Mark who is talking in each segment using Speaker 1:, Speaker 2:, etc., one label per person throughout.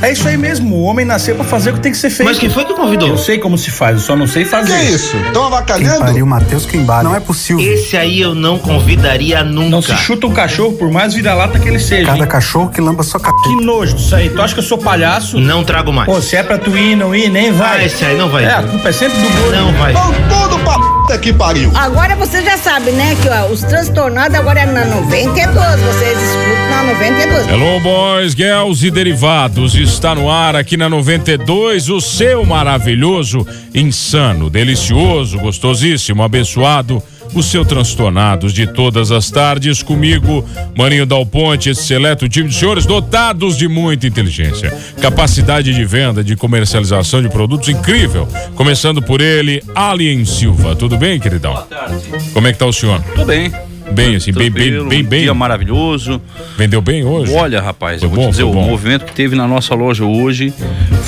Speaker 1: é isso aí mesmo. O homem nasceu pra fazer o que tem que ser feito.
Speaker 2: Mas quem foi que convidou?
Speaker 1: Eu sei como se faz, eu só não sei fazer.
Speaker 3: Que
Speaker 2: é
Speaker 3: isso? Estão
Speaker 4: Quem
Speaker 3: avacalhando?
Speaker 4: pariu, Matheus Quimbara. Não é possível.
Speaker 2: Esse aí eu não convidaria nunca.
Speaker 1: Não se chuta um cachorro, por mais vira-lata que ele seja.
Speaker 4: Cada
Speaker 1: hein?
Speaker 4: cachorro que lamba sua cacete.
Speaker 1: Que nojo disso aí. Tu acha que eu sou palhaço?
Speaker 2: Não trago mais.
Speaker 1: Pô, se é pra tu ir, não ir, nem
Speaker 2: Ah,
Speaker 1: vai.
Speaker 2: esse aí não vai.
Speaker 1: É, a culpa é sempre do gordo.
Speaker 2: Não vai.
Speaker 3: Vão tudo pra puta que pariu.
Speaker 5: Agora você já sabe, né, que ó, os transtornados agora é na 92, vocês escutam na 92.
Speaker 6: Hello, boys, girls e derivados. Está no ar aqui na 92 o seu maravilhoso, insano, delicioso, gostosíssimo, abençoado, o seu transtornados de todas as tardes comigo, Maninho Dal Ponte, esse seleto time de senhores dotados de muita inteligência, capacidade de venda, de comercialização de produtos incrível. Começando por ele, Alien Silva. Tudo bem, queridão? Boa tarde. Como é que tá o senhor?
Speaker 7: Tô bem.
Speaker 6: Bem, assim, bem, bem,
Speaker 7: Tranquilo,
Speaker 6: bem,
Speaker 7: um
Speaker 6: bem.
Speaker 7: Dia maravilhoso.
Speaker 6: Vendeu bem hoje?
Speaker 7: Olha, rapaz,
Speaker 6: Foi
Speaker 7: eu vou
Speaker 6: bom,
Speaker 7: te dizer,
Speaker 6: foi
Speaker 7: o
Speaker 6: bom.
Speaker 7: movimento que teve na nossa loja hoje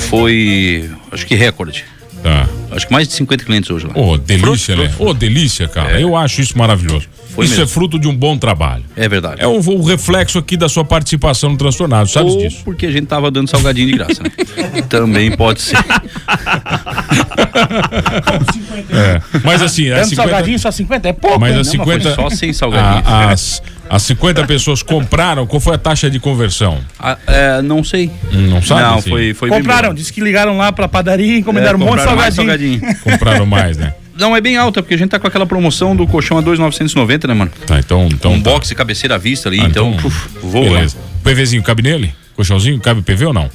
Speaker 7: foi, acho que recorde.
Speaker 6: Tá.
Speaker 7: Acho que mais de 50 clientes hoje lá.
Speaker 6: Ô, delícia,
Speaker 7: Fruto,
Speaker 6: né? Ô, delícia, cara.
Speaker 7: É.
Speaker 6: Eu acho isso maravilhoso.
Speaker 7: Foi
Speaker 6: isso é
Speaker 7: mesmo.
Speaker 6: fruto de um bom trabalho.
Speaker 7: É verdade.
Speaker 6: É o, o reflexo aqui da sua participação no Transtornado, sabes
Speaker 7: Ou
Speaker 6: disso?
Speaker 7: porque a gente tava dando salgadinho de graça, né? Também pode ser.
Speaker 6: É. Mas assim, as 50,
Speaker 8: só 50? É pouco.
Speaker 6: mas
Speaker 8: hein?
Speaker 6: as
Speaker 7: Não, mas
Speaker 6: 50
Speaker 7: foi né, só sem salgadinho.
Speaker 6: a- as, as 50 pessoas compraram, qual foi a taxa de conversão?
Speaker 7: Ah, é, não sei.
Speaker 6: Hum, não sabe,
Speaker 7: Não,
Speaker 6: sim.
Speaker 7: foi, foi bem
Speaker 8: Compraram,
Speaker 7: bom.
Speaker 8: disse que ligaram lá pra padaria e
Speaker 7: É,
Speaker 8: encomendaram um monte de
Speaker 7: compraram mais
Speaker 8: salgadinho.
Speaker 7: salgadinho.
Speaker 6: Compraram mais, né?
Speaker 7: Não, é bem alta, porque a gente tá com aquela promoção do colchão a 2,990, né, mano?
Speaker 6: Tá, então. então
Speaker 7: um
Speaker 6: tá.
Speaker 7: boxe e cabeceira à vista ali,
Speaker 6: Ah,
Speaker 7: então, puf, voa.
Speaker 6: Beleza. PVzinho cabe nele? Colchãozinho? Cabe PV ou não?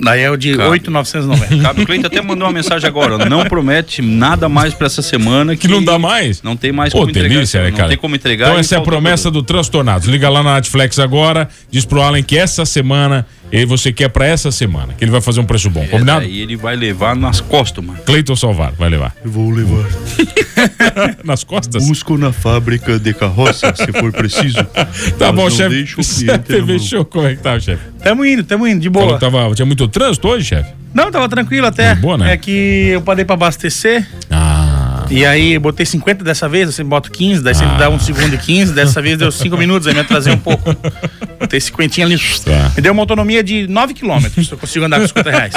Speaker 8: Daí é o de
Speaker 6: Tá.
Speaker 7: Cara.
Speaker 8: 8,990.
Speaker 7: Cabe o Cleiton até mandou uma mensagem agora. Não promete nada mais pra essa semana.
Speaker 6: Que não dá mais?
Speaker 7: Não tem mais
Speaker 6: Ô,
Speaker 7: como entregar.
Speaker 6: delícia, né,
Speaker 7: não
Speaker 6: cara?
Speaker 7: tem como entregar.
Speaker 6: Então
Speaker 7: e
Speaker 6: essa é a
Speaker 7: faltou
Speaker 6: promessa do Transtornados. Liga lá na Netflix agora, diz pro Alan que essa semana, e você quer pra essa semana, que ele vai fazer um preço bom,
Speaker 7: produto.
Speaker 6: combinado?
Speaker 7: É, Aí ele vai levar nas costas, mano.
Speaker 6: Cleiton Salvar vai levar.
Speaker 9: Eu vou levar
Speaker 6: Nas costas?
Speaker 9: busco na fábrica de carroça, se for preciso.
Speaker 6: Tá
Speaker 9: Mas
Speaker 6: bom,
Speaker 9: não
Speaker 6: chefe.
Speaker 9: deixa o cliente na
Speaker 6: TV
Speaker 9: mão.
Speaker 6: Show, como é que tá, chefe?
Speaker 8: tamo indo, tamo indo, de
Speaker 6: Falou
Speaker 8: boa.
Speaker 6: que tava, tinha muito trânsito hoje, chefe?
Speaker 8: Não, tava tranquilo até.
Speaker 6: De boa, né?
Speaker 8: É que eu parei pra abastecer.
Speaker 6: Ah,
Speaker 8: E aí eu botei 50 dessa vez, eu sempre boto 15, daí
Speaker 10: Ah.
Speaker 8: sempre dá um segundo e 15, dessa vez deu 5 minutos, aí me atrasei um pouco. Botei 50 ali.
Speaker 6: Tá.
Speaker 8: Me deu uma autonomia de 9 quilômetros, eu consigo andar com 50 reais.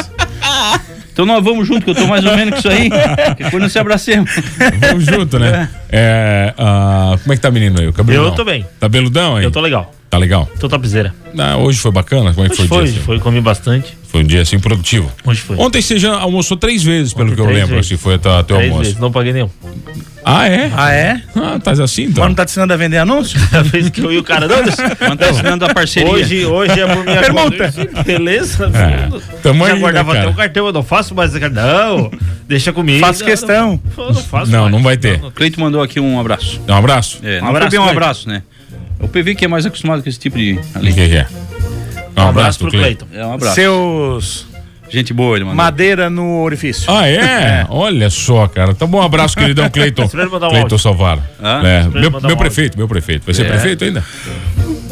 Speaker 7: Então nós vamos junto, que eu tô mais ou menos com isso aí. Que Depois não se abracemos.
Speaker 6: vamos junto, né? É, ah, como é que tá, menino aí? O cabeludão?
Speaker 10: Eu tô bem.
Speaker 6: Tá beludão aí?
Speaker 10: Eu tô legal,
Speaker 6: Tá legal?
Speaker 10: tô topzera.
Speaker 6: Ah, hoje foi bacana? Como é que foi,
Speaker 10: Hoje foi,
Speaker 6: o dia? assim?
Speaker 10: foi, comi bastante.
Speaker 6: Foi um dia assim produtivo.
Speaker 10: Hoje foi.
Speaker 6: Ontem você já almoçou três vezes, pelo
Speaker 10: Ontem
Speaker 6: que eu
Speaker 10: três
Speaker 6: lembro,
Speaker 10: vezes.
Speaker 6: assim, foi até até o
Speaker 10: Três
Speaker 6: almoço.
Speaker 10: vezes, não paguei nenhum.
Speaker 6: Ah, é?
Speaker 8: Ah, é?
Speaker 6: Ah, tá assim então.
Speaker 8: Mas não tá te ensinando a vender anúncio?
Speaker 10: A vez que eu e o cara, não, deixa-
Speaker 7: Mas tá ensinando a parceria.
Speaker 10: hoje, hoje é por minha
Speaker 8: Permuta.
Speaker 10: conta. Eu disse, Beleza?
Speaker 6: É, tamo
Speaker 10: Já
Speaker 6: aí, né,
Speaker 10: guardava
Speaker 6: cara?
Speaker 10: até o cartão, eu não faço mais. cara, Não, deixa comigo.
Speaker 8: Faço questão.
Speaker 10: Não, não faço
Speaker 6: Não,
Speaker 10: mais.
Speaker 6: não vai ter.
Speaker 7: Cleito mandou aqui um abraço.
Speaker 6: Um abraço?
Speaker 7: É, não
Speaker 10: abraço,
Speaker 7: foi bem um
Speaker 10: Cleito.
Speaker 7: abraço, né? O PV que é mais acostumado com esse tipo de.
Speaker 6: O que
Speaker 7: Ali.
Speaker 6: que é? Um,
Speaker 10: Um
Speaker 6: abraço pro Cleiton.
Speaker 7: É
Speaker 10: Cleiton.
Speaker 7: um abraço.
Speaker 8: Seus
Speaker 7: Gente boa, ele mandou.
Speaker 8: madeira no orifício.
Speaker 6: Ah, é? Olha só, cara. Tá bom, um abraço, queridão Cleiton.
Speaker 10: Espera ele mandar um
Speaker 6: Cleiton
Speaker 10: áudio.
Speaker 6: Salvaro.
Speaker 7: Hã?
Speaker 6: É, meu
Speaker 10: ele mandar um
Speaker 6: meu
Speaker 10: áudio.
Speaker 6: prefeito, meu prefeito. Vai ser
Speaker 7: É.
Speaker 6: prefeito ainda?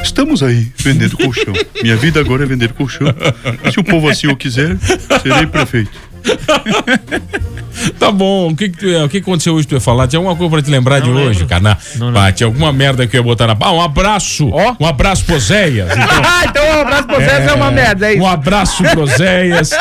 Speaker 9: Estamos aí, vendendo colchão. Minha vida agora é vender colchão. Se o povo assim o quiser, serei prefeito.
Speaker 6: Tá bom. O que, que, tu ia- o que que aconteceu hoje que tu ia falar? Tinha alguma coisa pra te lembrar de
Speaker 10: lembro.
Speaker 6: hoje, cara? Na,
Speaker 10: Não
Speaker 6: pá, tinha alguma merda que eu ia botar na. Ah, um abraço. Um abraço pro Zéias.
Speaker 8: Ah, então um abraço pra vocês, é uma merda, é isso.
Speaker 6: Um abraço, Groséias.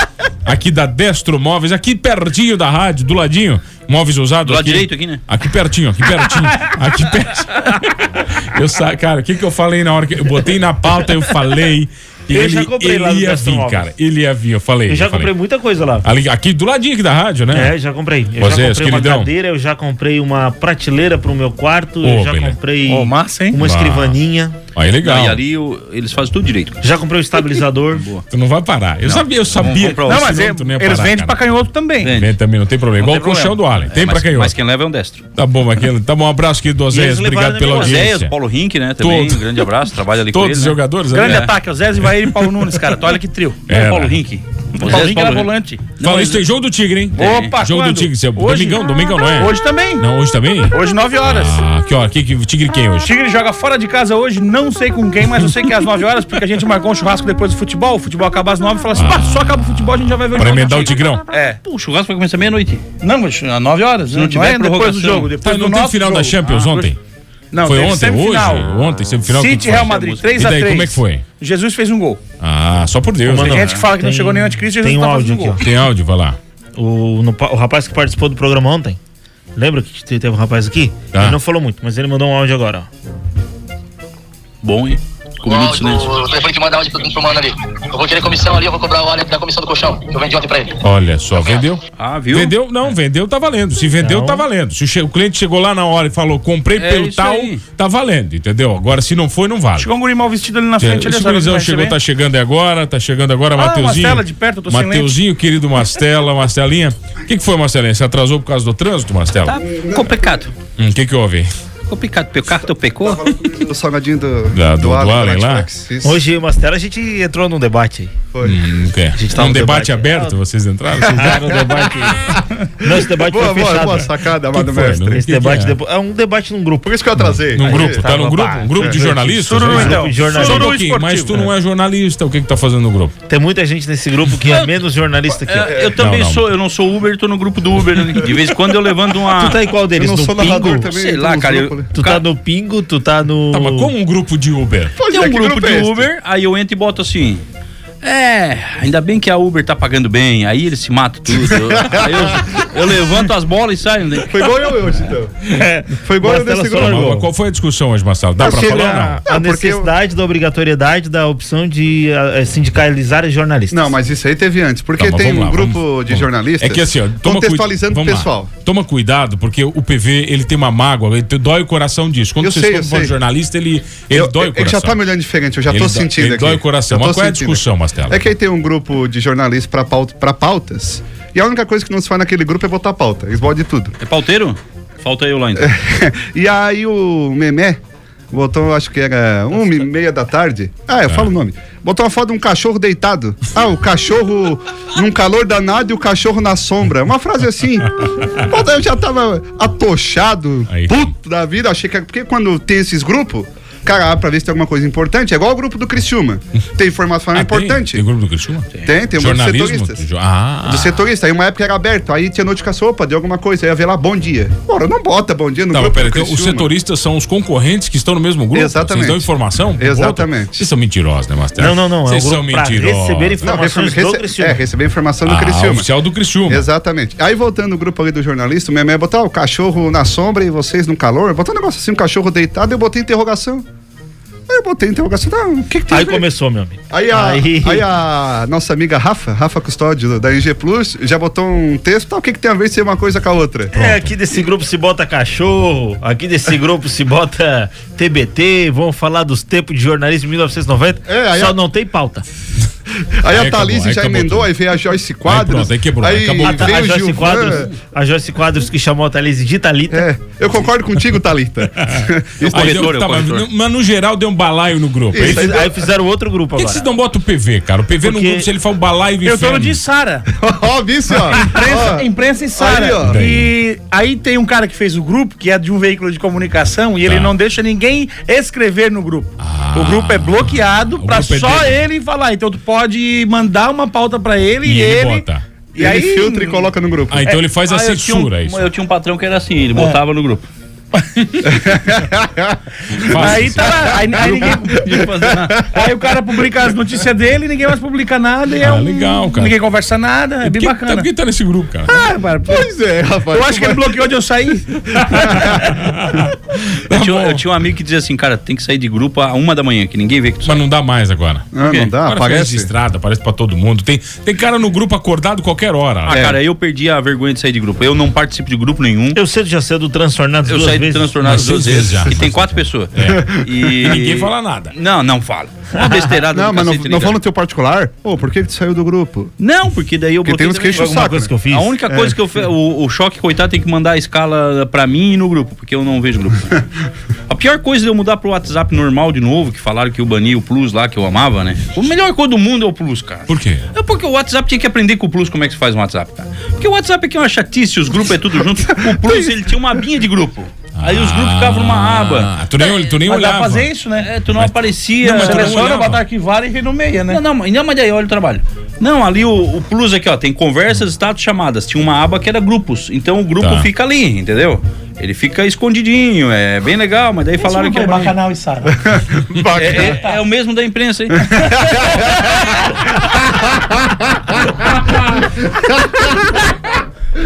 Speaker 6: Aqui da Destro Móveis, aqui pertinho da rádio, do ladinho. Móveis usados.
Speaker 7: Do lado direito aqui, né?
Speaker 6: Aqui pertinho, aqui pertinho. aqui pertinho. Eu sa... Cara, o que, que eu falei na hora que. Eu botei na pauta, eu falei. que
Speaker 10: Eu
Speaker 6: ele,
Speaker 10: já comprei
Speaker 6: ele
Speaker 10: lá no
Speaker 6: ia
Speaker 10: Destro
Speaker 6: vir,
Speaker 10: Móveis.
Speaker 6: cara. Ele ia vir, eu falei.
Speaker 10: Eu já
Speaker 6: eu falei.
Speaker 10: comprei muita coisa lá.
Speaker 6: Ali, aqui do ladinho aqui da rádio, né?
Speaker 10: É, já comprei. Eu já
Speaker 6: Vocês,
Speaker 10: comprei uma
Speaker 6: queridão.
Speaker 10: cadeira, eu já comprei uma prateleira pro meu quarto,
Speaker 6: Ô,
Speaker 10: eu já
Speaker 6: beleza.
Speaker 10: comprei
Speaker 8: Ô, massa, hein?
Speaker 10: uma
Speaker 6: Bah.
Speaker 10: escrivaninha,
Speaker 6: Aí legal.
Speaker 7: Não, e ali o- eles fazem tudo direito.
Speaker 10: já comprei o estabilizador. Boa.
Speaker 6: Tu não vai parar. Eu sabia, eu sabia.
Speaker 7: vamos pra
Speaker 8: Não,
Speaker 7: outro.
Speaker 8: mas
Speaker 6: senão
Speaker 8: é-
Speaker 6: tu não ia
Speaker 8: eles
Speaker 6: parar,
Speaker 8: vendem pra
Speaker 6: cara.
Speaker 8: canhoto também.
Speaker 10: É.
Speaker 7: Vende.
Speaker 6: Vende também, não tem problema. Igual o
Speaker 7: tem
Speaker 6: colchão do
Speaker 7: problema.
Speaker 6: Allen. Tem pra
Speaker 7: mas,
Speaker 6: canhoto.
Speaker 7: mas quem leva é um destro.
Speaker 6: Tá bom, aquele. Tá bom, um abraço, querido Oséias.
Speaker 10: eles levaram
Speaker 6: Obrigado
Speaker 10: na
Speaker 6: pela
Speaker 10: minha
Speaker 7: Zéias,
Speaker 6: audiência.
Speaker 7: Paulo Rink, né? Também.
Speaker 6: Todos.
Speaker 7: Grande abraço, trabalha ali com
Speaker 6: Todos
Speaker 7: ele.
Speaker 6: os
Speaker 7: né?
Speaker 6: jogadores.
Speaker 8: Grande
Speaker 10: É.
Speaker 6: né?
Speaker 8: ataque, o Zé vai e Paulo Nunes, cara. Tu olha que trio.
Speaker 6: É, né?
Speaker 7: Paulo Rink.
Speaker 8: O Paulo Henrique era volante.
Speaker 6: Fala isso, tem jogo do Tigre, hein?
Speaker 8: Opa,
Speaker 6: Jogo do
Speaker 8: quando?
Speaker 6: Tigre. Seu
Speaker 8: Hoje?
Speaker 6: Domingão, domingão, não é?
Speaker 8: Hoje também.
Speaker 6: Não, hoje também?
Speaker 8: Hoje, 9 horas.
Speaker 6: Ah, que hora? Que, que Tigre quem
Speaker 8: O
Speaker 6: hoje?
Speaker 8: Tigre joga fora de casa hoje, não sei com quem, mas eu sei que é às 9 horas, porque a gente marcou um churrasco depois do futebol. O futebol acaba às 9 e fala assim:
Speaker 10: Ah.
Speaker 8: pá, só acaba o futebol, a gente já vai ver o
Speaker 6: Pra
Speaker 8: jogo.
Speaker 6: emendar o Tigrão.
Speaker 8: É.
Speaker 7: Pô, o churrasco vai começar meia-noite.
Speaker 8: Não, mas às 9 ah, horas. Não,
Speaker 7: tiver
Speaker 8: não é depois do
Speaker 7: prorrogação.
Speaker 8: jogo. Depois
Speaker 6: Tá,
Speaker 8: do
Speaker 6: não teve
Speaker 8: nosso
Speaker 6: final da
Speaker 8: jogo.
Speaker 6: Champions ontem?
Speaker 8: Não,
Speaker 6: Foi
Speaker 8: teve
Speaker 6: ontem, hoje?
Speaker 8: semifinal.
Speaker 6: Ontem, semifinal.
Speaker 8: City
Speaker 6: como
Speaker 8: e Real
Speaker 6: foi?
Speaker 8: Madrid,
Speaker 6: E
Speaker 8: 3x3.
Speaker 6: daí, como é que foi?
Speaker 8: Jesus fez um gol.
Speaker 6: Ah, só por Deus.
Speaker 8: Tem
Speaker 6: hein?
Speaker 8: gente que fala que não
Speaker 10: Tem-
Speaker 8: chegou nem o anticristo, Jesus
Speaker 10: tem um
Speaker 8: tá
Speaker 10: áudio
Speaker 8: fazendo um
Speaker 10: aqui,
Speaker 8: gol.
Speaker 10: ó.
Speaker 6: Tem áudio, vai lá.
Speaker 10: O, no pa- o rapaz que participou do programa ontem, lembra que te- teve um rapaz aqui?
Speaker 6: Tá.
Speaker 10: Ele não falou muito, mas ele mandou um áudio agora, ó.
Speaker 9: Bom, hein? Com um minuto de silêncio.
Speaker 11: O telefone que manda áudio todo mundo formando ali. Eu vou querer comissão ali, eu vou cobrar o óleo da comissão do colchão. Eu vendi ontem pra ele.
Speaker 6: Olha só, vendeu?
Speaker 8: Ah, viu?
Speaker 6: Vendeu?
Speaker 10: É.
Speaker 6: Não, vendeu, tá valendo. Se
Speaker 10: Então-
Speaker 6: vendeu, tá valendo. Se o, che- o cliente chegou lá na hora e falou, comprei pelo
Speaker 8: É isso
Speaker 6: tal,
Speaker 8: aí.
Speaker 6: tá valendo, entendeu? Agora, se não foi, não vale.
Speaker 8: Chegou um guri mal vestido ali na
Speaker 6: É,
Speaker 8: frente. olha
Speaker 6: Esse
Speaker 8: só,
Speaker 6: gurizão
Speaker 8: vai
Speaker 6: chegou,
Speaker 8: receber.
Speaker 6: tá chegando agora, tá chegando agora,
Speaker 8: Ah,
Speaker 6: Mateuzinho.
Speaker 8: Mastela, de perto, eu tô sem
Speaker 6: Mateuzinho, querido Mastela, Mastelinha. O que, que foi, Mastelinha? Você atrasou por causa do trânsito,
Speaker 8: Tá.
Speaker 6: Mastela?
Speaker 7: Ficou pecado.
Speaker 6: O que, que houve?
Speaker 7: Ficou pecado. Pecar, tu pecou?
Speaker 3: O salgadinho do,
Speaker 6: Da- do- do
Speaker 3: Allen, da
Speaker 6: Allen lá?
Speaker 3: Netflix, isso.
Speaker 10: Hoje, o Mastela, a gente entrou num debate aí.
Speaker 3: Foi.
Speaker 6: Hum, o quê?
Speaker 10: tá
Speaker 6: um
Speaker 10: no
Speaker 6: debate,
Speaker 10: debate.
Speaker 6: aberto, vocês entraram? Vocês deram um debate.
Speaker 10: Não, esse debate
Speaker 3: Boa,
Speaker 10: foi
Speaker 3: boa,
Speaker 10: fechado.
Speaker 3: boa
Speaker 10: né?
Speaker 3: sacada,
Speaker 6: Que
Speaker 3: amado
Speaker 6: foi,
Speaker 3: mestre.
Speaker 6: não?
Speaker 10: Esse
Speaker 6: Que
Speaker 10: debate
Speaker 6: que é?
Speaker 10: depo- é? um debate num grupo.
Speaker 3: Por isso que eu atrasei.
Speaker 6: Num
Speaker 3: Aí,
Speaker 6: grupo, tá
Speaker 10: tava
Speaker 6: num grupo?
Speaker 10: lá.
Speaker 6: Um grupo de
Speaker 10: É,
Speaker 6: jornalistas?
Speaker 8: sururu,
Speaker 6: é isso?
Speaker 8: então.
Speaker 10: Grupo de
Speaker 6: Só um
Speaker 10: jornalistas.
Speaker 6: pouquinho, mas tu não é jornalista, o que que tá fazendo no grupo?
Speaker 10: Tem muita gente nesse grupo que é menos jornalista que eu.
Speaker 7: É, eu também
Speaker 6: Não, não.
Speaker 7: sou, eu não sou Uber, tô no grupo do Uber. né? De vez em quando eu levanto uma.
Speaker 10: Tu tá em qual
Speaker 3: Eu
Speaker 10: deles?
Speaker 3: não
Speaker 10: No
Speaker 3: sou narrador
Speaker 10: Pingo?
Speaker 3: também.
Speaker 7: Sei
Speaker 3: tô
Speaker 7: lá,
Speaker 3: nos
Speaker 7: cara,
Speaker 3: grupos, né?
Speaker 10: Tu tá no Pingo? Tu tá no...
Speaker 6: Tá, mas como um grupo de Uber?
Speaker 3: Pois
Speaker 7: Tem
Speaker 3: é,
Speaker 7: um
Speaker 3: que
Speaker 7: grupo
Speaker 3: é
Speaker 7: de
Speaker 3: esse?
Speaker 7: Uber, aí eu entro e boto assim. É, ainda bem que a Uber tá pagando bem, aí ele se mata tudo. Eu- aí eu, eu levanto as bolas e saio, né?
Speaker 3: Foi igual eu hoje, então.
Speaker 10: É.
Speaker 3: Foi igual eu
Speaker 10: Marcelo
Speaker 3: nesse grupo.
Speaker 10: Solar.
Speaker 6: Tá, Mas,
Speaker 10: Largou.
Speaker 6: mas qual foi a discussão hoje, Marcelo? Dá
Speaker 3: Eu
Speaker 6: pra
Speaker 3: achei
Speaker 6: falar ou
Speaker 3: ele
Speaker 6: não?
Speaker 3: a-
Speaker 10: a
Speaker 3: Ah, porque eu-
Speaker 10: necessidade da obrigatoriedade da opção de ah, eh, sindicalizar os jornalistas.
Speaker 3: Não, mas isso aí teve antes, porque
Speaker 6: Tá, mas
Speaker 3: tem
Speaker 6: vamos
Speaker 3: um
Speaker 6: lá,
Speaker 3: grupo
Speaker 6: vamos-
Speaker 3: de
Speaker 6: vamos.
Speaker 3: jornalistas
Speaker 6: É que assim, ó, toma
Speaker 3: contextualizando o
Speaker 6: cuida- vamos lá.
Speaker 3: pessoal.
Speaker 6: Toma cuidado, porque o PV, ele tem uma mágoa, ele te- dói o coração disso. Quando
Speaker 3: Eu
Speaker 6: você
Speaker 3: sei,
Speaker 6: escuta
Speaker 3: eu
Speaker 6: um bom
Speaker 3: sei.
Speaker 6: jornalista, ele, ele
Speaker 3: Eu-
Speaker 6: dói o
Speaker 3: é que
Speaker 6: coração.
Speaker 3: já tá me olhando diferente, eu já
Speaker 6: Ele
Speaker 3: tô
Speaker 6: dó-
Speaker 3: sentindo
Speaker 6: ele
Speaker 3: aqui.
Speaker 6: dói o coração.
Speaker 3: Já tô
Speaker 6: Mas qual é a
Speaker 3: sentindo.
Speaker 6: discussão, Mastela?
Speaker 3: É que aí tem um grupo de jornalistas pra pauta, pra pautas, e a única coisa que não se faz naquele grupo é botar pauta. Eles botam de tudo.
Speaker 7: É pauteiro? Falta eu lá então.
Speaker 3: e aí o Memé botou, acho que era uma e meia da tarde. Ah,
Speaker 6: É.
Speaker 3: eu falo o nome. Botou uma foto de um cachorro deitado. Ah, o cachorro num calor danado e o cachorro na sombra. Uma frase assim. Pô, daí eu já tava atochado,
Speaker 6: Aí.
Speaker 3: puto da vida. Achei que. era- Porque quando tem esses grupos. Cara, ah, pra ver se tem alguma coisa importante. É igual o grupo do Criciúma. Tem informação
Speaker 6: Ah, tem?
Speaker 3: importante.
Speaker 6: Tem, grupo do Criciúma? Tem.
Speaker 3: Tem, tem um monte de
Speaker 6: Jornalismo?
Speaker 3: setoristas.
Speaker 6: Jo- Ah,
Speaker 3: Do setorista, aí uma época era aberto, aí tinha notificação, opa, de alguma coisa, aí ia ver lá, bom dia. Ora, não bota bom dia no
Speaker 6: Tá, mas
Speaker 3: grupo.
Speaker 6: peraí,
Speaker 3: do
Speaker 6: então, os
Speaker 3: Criciúma.
Speaker 6: setoristas são os concorrentes que estão no mesmo grupo? Vocês
Speaker 3: Exatamente.
Speaker 6: dão informação? pro
Speaker 3: Exatamente.
Speaker 6: outro? Vocês são mentirosos, né, Marcelo?
Speaker 10: Não, não, não, é um
Speaker 6: Vocês são
Speaker 10: grupo pra
Speaker 6: mentirosos.
Speaker 10: receber
Speaker 3: Não,
Speaker 10: Informações
Speaker 3: rece-
Speaker 10: do
Speaker 3: rece-
Speaker 10: Criciúma.
Speaker 3: É, receber informação do
Speaker 6: Ah,
Speaker 3: Criciúma.
Speaker 6: oficial do Criciúma.
Speaker 3: Exatamente. Aí voltando no grupo ali do jornalista, minha mãe ia botar o cachorro na sombra e vocês no calor. Botou um negócio assim, um cachorro deitado, eu botei interrogação. Aí eu botei interrogação, tá, o que, que tem
Speaker 10: Aí
Speaker 3: a ver?
Speaker 10: começou, meu amigo.
Speaker 3: Aí a,
Speaker 10: Aí-
Speaker 3: aí a nossa amiga Rafa, Rafa Custódio da ING Plus, já botou um texto, tá, o que, que tem a ver ser uma coisa com a outra?
Speaker 10: É, aqui desse grupo se bota cachorro, aqui desse grupo se bota TBT, vamos falar dos tempos de jornalismo de 1990,
Speaker 3: É, aí
Speaker 10: só
Speaker 3: a-
Speaker 10: não tem pauta.
Speaker 3: Aí,
Speaker 6: Aí
Speaker 3: a Thalys
Speaker 6: acabou, aí
Speaker 3: já
Speaker 6: acabou
Speaker 3: emendou,
Speaker 6: tudo.
Speaker 3: aí veio a Joyce Quadros.
Speaker 6: pronto, aí quebrou,
Speaker 3: Aí,
Speaker 6: acabou.
Speaker 10: A, Ta- a
Speaker 3: veio o
Speaker 10: Joyce
Speaker 3: Gilvan.
Speaker 10: Quadros, a Joyce Quadros que chamou a Thalys de Thalita.
Speaker 3: É, eu concordo contigo, Thalita. Isso
Speaker 6: Aí deu-
Speaker 7: Corretor, é o
Speaker 6: tá, mas,
Speaker 7: corretor.
Speaker 6: mas no geral deu um balaio no grupo.
Speaker 10: Aí
Speaker 6: Por
Speaker 3: Isso,
Speaker 10: fiz- Aí fizeram outro grupo
Speaker 6: que,
Speaker 10: agora.
Speaker 6: que vocês não botam o PV, cara? O PV no
Speaker 10: Porque-
Speaker 6: grupo, se ele for o balaio do
Speaker 8: Eu tô
Speaker 6: inferno.
Speaker 8: no de Sara.
Speaker 3: Ó, vice, ó.
Speaker 8: Ah, Imprensa,
Speaker 3: Ó,
Speaker 8: imprensa e
Speaker 3: Aí, ó.
Speaker 8: Sara. E aí tem um cara que fez o grupo, que é de um veículo de comunicação, e ele
Speaker 6: Tá. Ah.
Speaker 8: não deixa ninguém escrever no grupo. o grupo é bloqueado pra
Speaker 6: grupo é
Speaker 8: só
Speaker 6: dele.
Speaker 8: ele falar. Então tu pode mandar uma pauta pra ele
Speaker 6: E
Speaker 8: e,
Speaker 6: ele
Speaker 8: ele.
Speaker 6: bota.
Speaker 8: E
Speaker 3: ele
Speaker 8: aí hum.
Speaker 3: filtra e coloca no grupo.
Speaker 6: Ah, então ele faz a
Speaker 7: Ah, eu tinha um-
Speaker 6: censura, isso.
Speaker 7: Eu tinha um patrão que era assim, ele botava no grupo.
Speaker 6: Faz
Speaker 8: Aí
Speaker 6: isso.
Speaker 8: tá lá, aí, aí ninguém- aí o cara publica as notícias dele, ninguém mais publica nada. E é
Speaker 6: Ah,
Speaker 8: um-
Speaker 6: legal, cara.
Speaker 8: Ninguém conversa nada, é bem
Speaker 6: Por que- tá-
Speaker 8: bacana.
Speaker 6: Por que tá nesse grupo, cara?
Speaker 8: Ah, para, pô,
Speaker 3: Pois é, rapaz.
Speaker 8: eu acho que ele bloqueou de eu sair.
Speaker 7: Eu tinha, eu tinha um amigo que dizia assim, cara, tem que sair de grupo a uma da manhã, que ninguém vê que
Speaker 6: Mas
Speaker 7: tu sai.
Speaker 6: não dá mais agora.
Speaker 3: Ah, não dá,
Speaker 6: Agora aparece
Speaker 3: aparece.
Speaker 6: registrado, aparece pra todo mundo. Tem, tem cara no grupo acordado qualquer hora.
Speaker 7: Ah,
Speaker 3: É.
Speaker 7: cara, eu perdi a vergonha de sair de grupo. Eu não participo de grupo nenhum.
Speaker 10: Eu cedo já cedo transtornado
Speaker 7: Eu
Speaker 10: duas
Speaker 7: saí
Speaker 10: vezes.
Speaker 7: transtornado
Speaker 6: Mas
Speaker 7: duas
Speaker 6: seis vezes
Speaker 7: vezes.
Speaker 6: já.
Speaker 7: E tem quatro pessoas. E...
Speaker 6: E ninguém fala nada.
Speaker 7: Não, não fala. Uma besteirada
Speaker 3: Não,
Speaker 7: do
Speaker 3: mas não,
Speaker 7: cacete,
Speaker 3: não
Speaker 7: né,
Speaker 3: vou
Speaker 7: cara?
Speaker 3: no teu particular. Ô, por que que tu saiu do grupo?
Speaker 7: Não, porque daí eu
Speaker 3: Porque tem uns
Speaker 7: também-
Speaker 3: queixos
Speaker 10: Alguma
Speaker 3: saco,
Speaker 10: coisa
Speaker 3: né?
Speaker 10: que eu fiz.
Speaker 7: A única coisa que eu fe... o, o choque, coitado, tem que mandar a escala pra mim e no grupo, porque eu não vejo grupo. a pior coisa de eu mudar pro WhatsApp normal de novo, que falaram que eu bani o Plus lá, que eu amava, né? A melhor coisa do mundo é o Plus, cara.
Speaker 6: Por quê?
Speaker 7: É porque o WhatsApp tinha que aprender com o Plus como é que se faz um WhatsApp, cara. Porque o WhatsApp aqui é uma chatice, os grupos é tudo junto. O Plus, ele tinha uma abinha de grupo. Aí os grupos ficavam numa aba.
Speaker 6: Ah, Tu nem, tu nem
Speaker 8: Mas dá pra
Speaker 6: olhava.
Speaker 8: fazer isso, né?
Speaker 7: É, tu não aparecia.
Speaker 6: Não, mas tu não
Speaker 8: Seleciona,
Speaker 6: olhava.
Speaker 8: botar arquivar e renumeia, né?
Speaker 7: Não, não, mas- não, mas daí olha o trabalho. Não, ali o, o plus aqui, ó, tem conversas, status, chamadas. Tinha uma aba que era grupos. Então o grupo
Speaker 6: Tá.
Speaker 7: fica ali, entendeu? Ele fica escondidinho, é bem legal, mas daí falaram que.
Speaker 12: é Bacanal e Sara.
Speaker 7: É, é- é o mesmo da imprensa, hein?